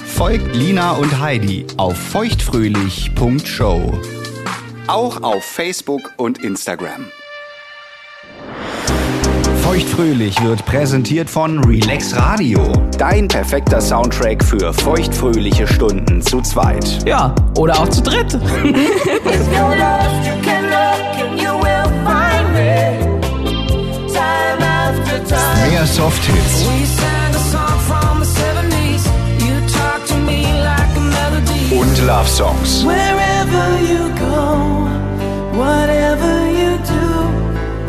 A: Folgt Lina und Heidi auf feuchtfröhlich.show. Auch auf Facebook und Instagram. Feuchtfröhlich wird präsentiert von Relax Radio. Dein perfekter Soundtrack für feuchtfröhliche Stunden zu zweit.
B: Ja, oder auch zu
H: If
B: dritt.
H: you're lost, you can look and you will find me. Time after time.
A: Mehr Soft-Hits.
H: We sang a song from the 70s. You talk to me like a melody.
A: und Love Songs.
H: Wherever you go, whatever you do,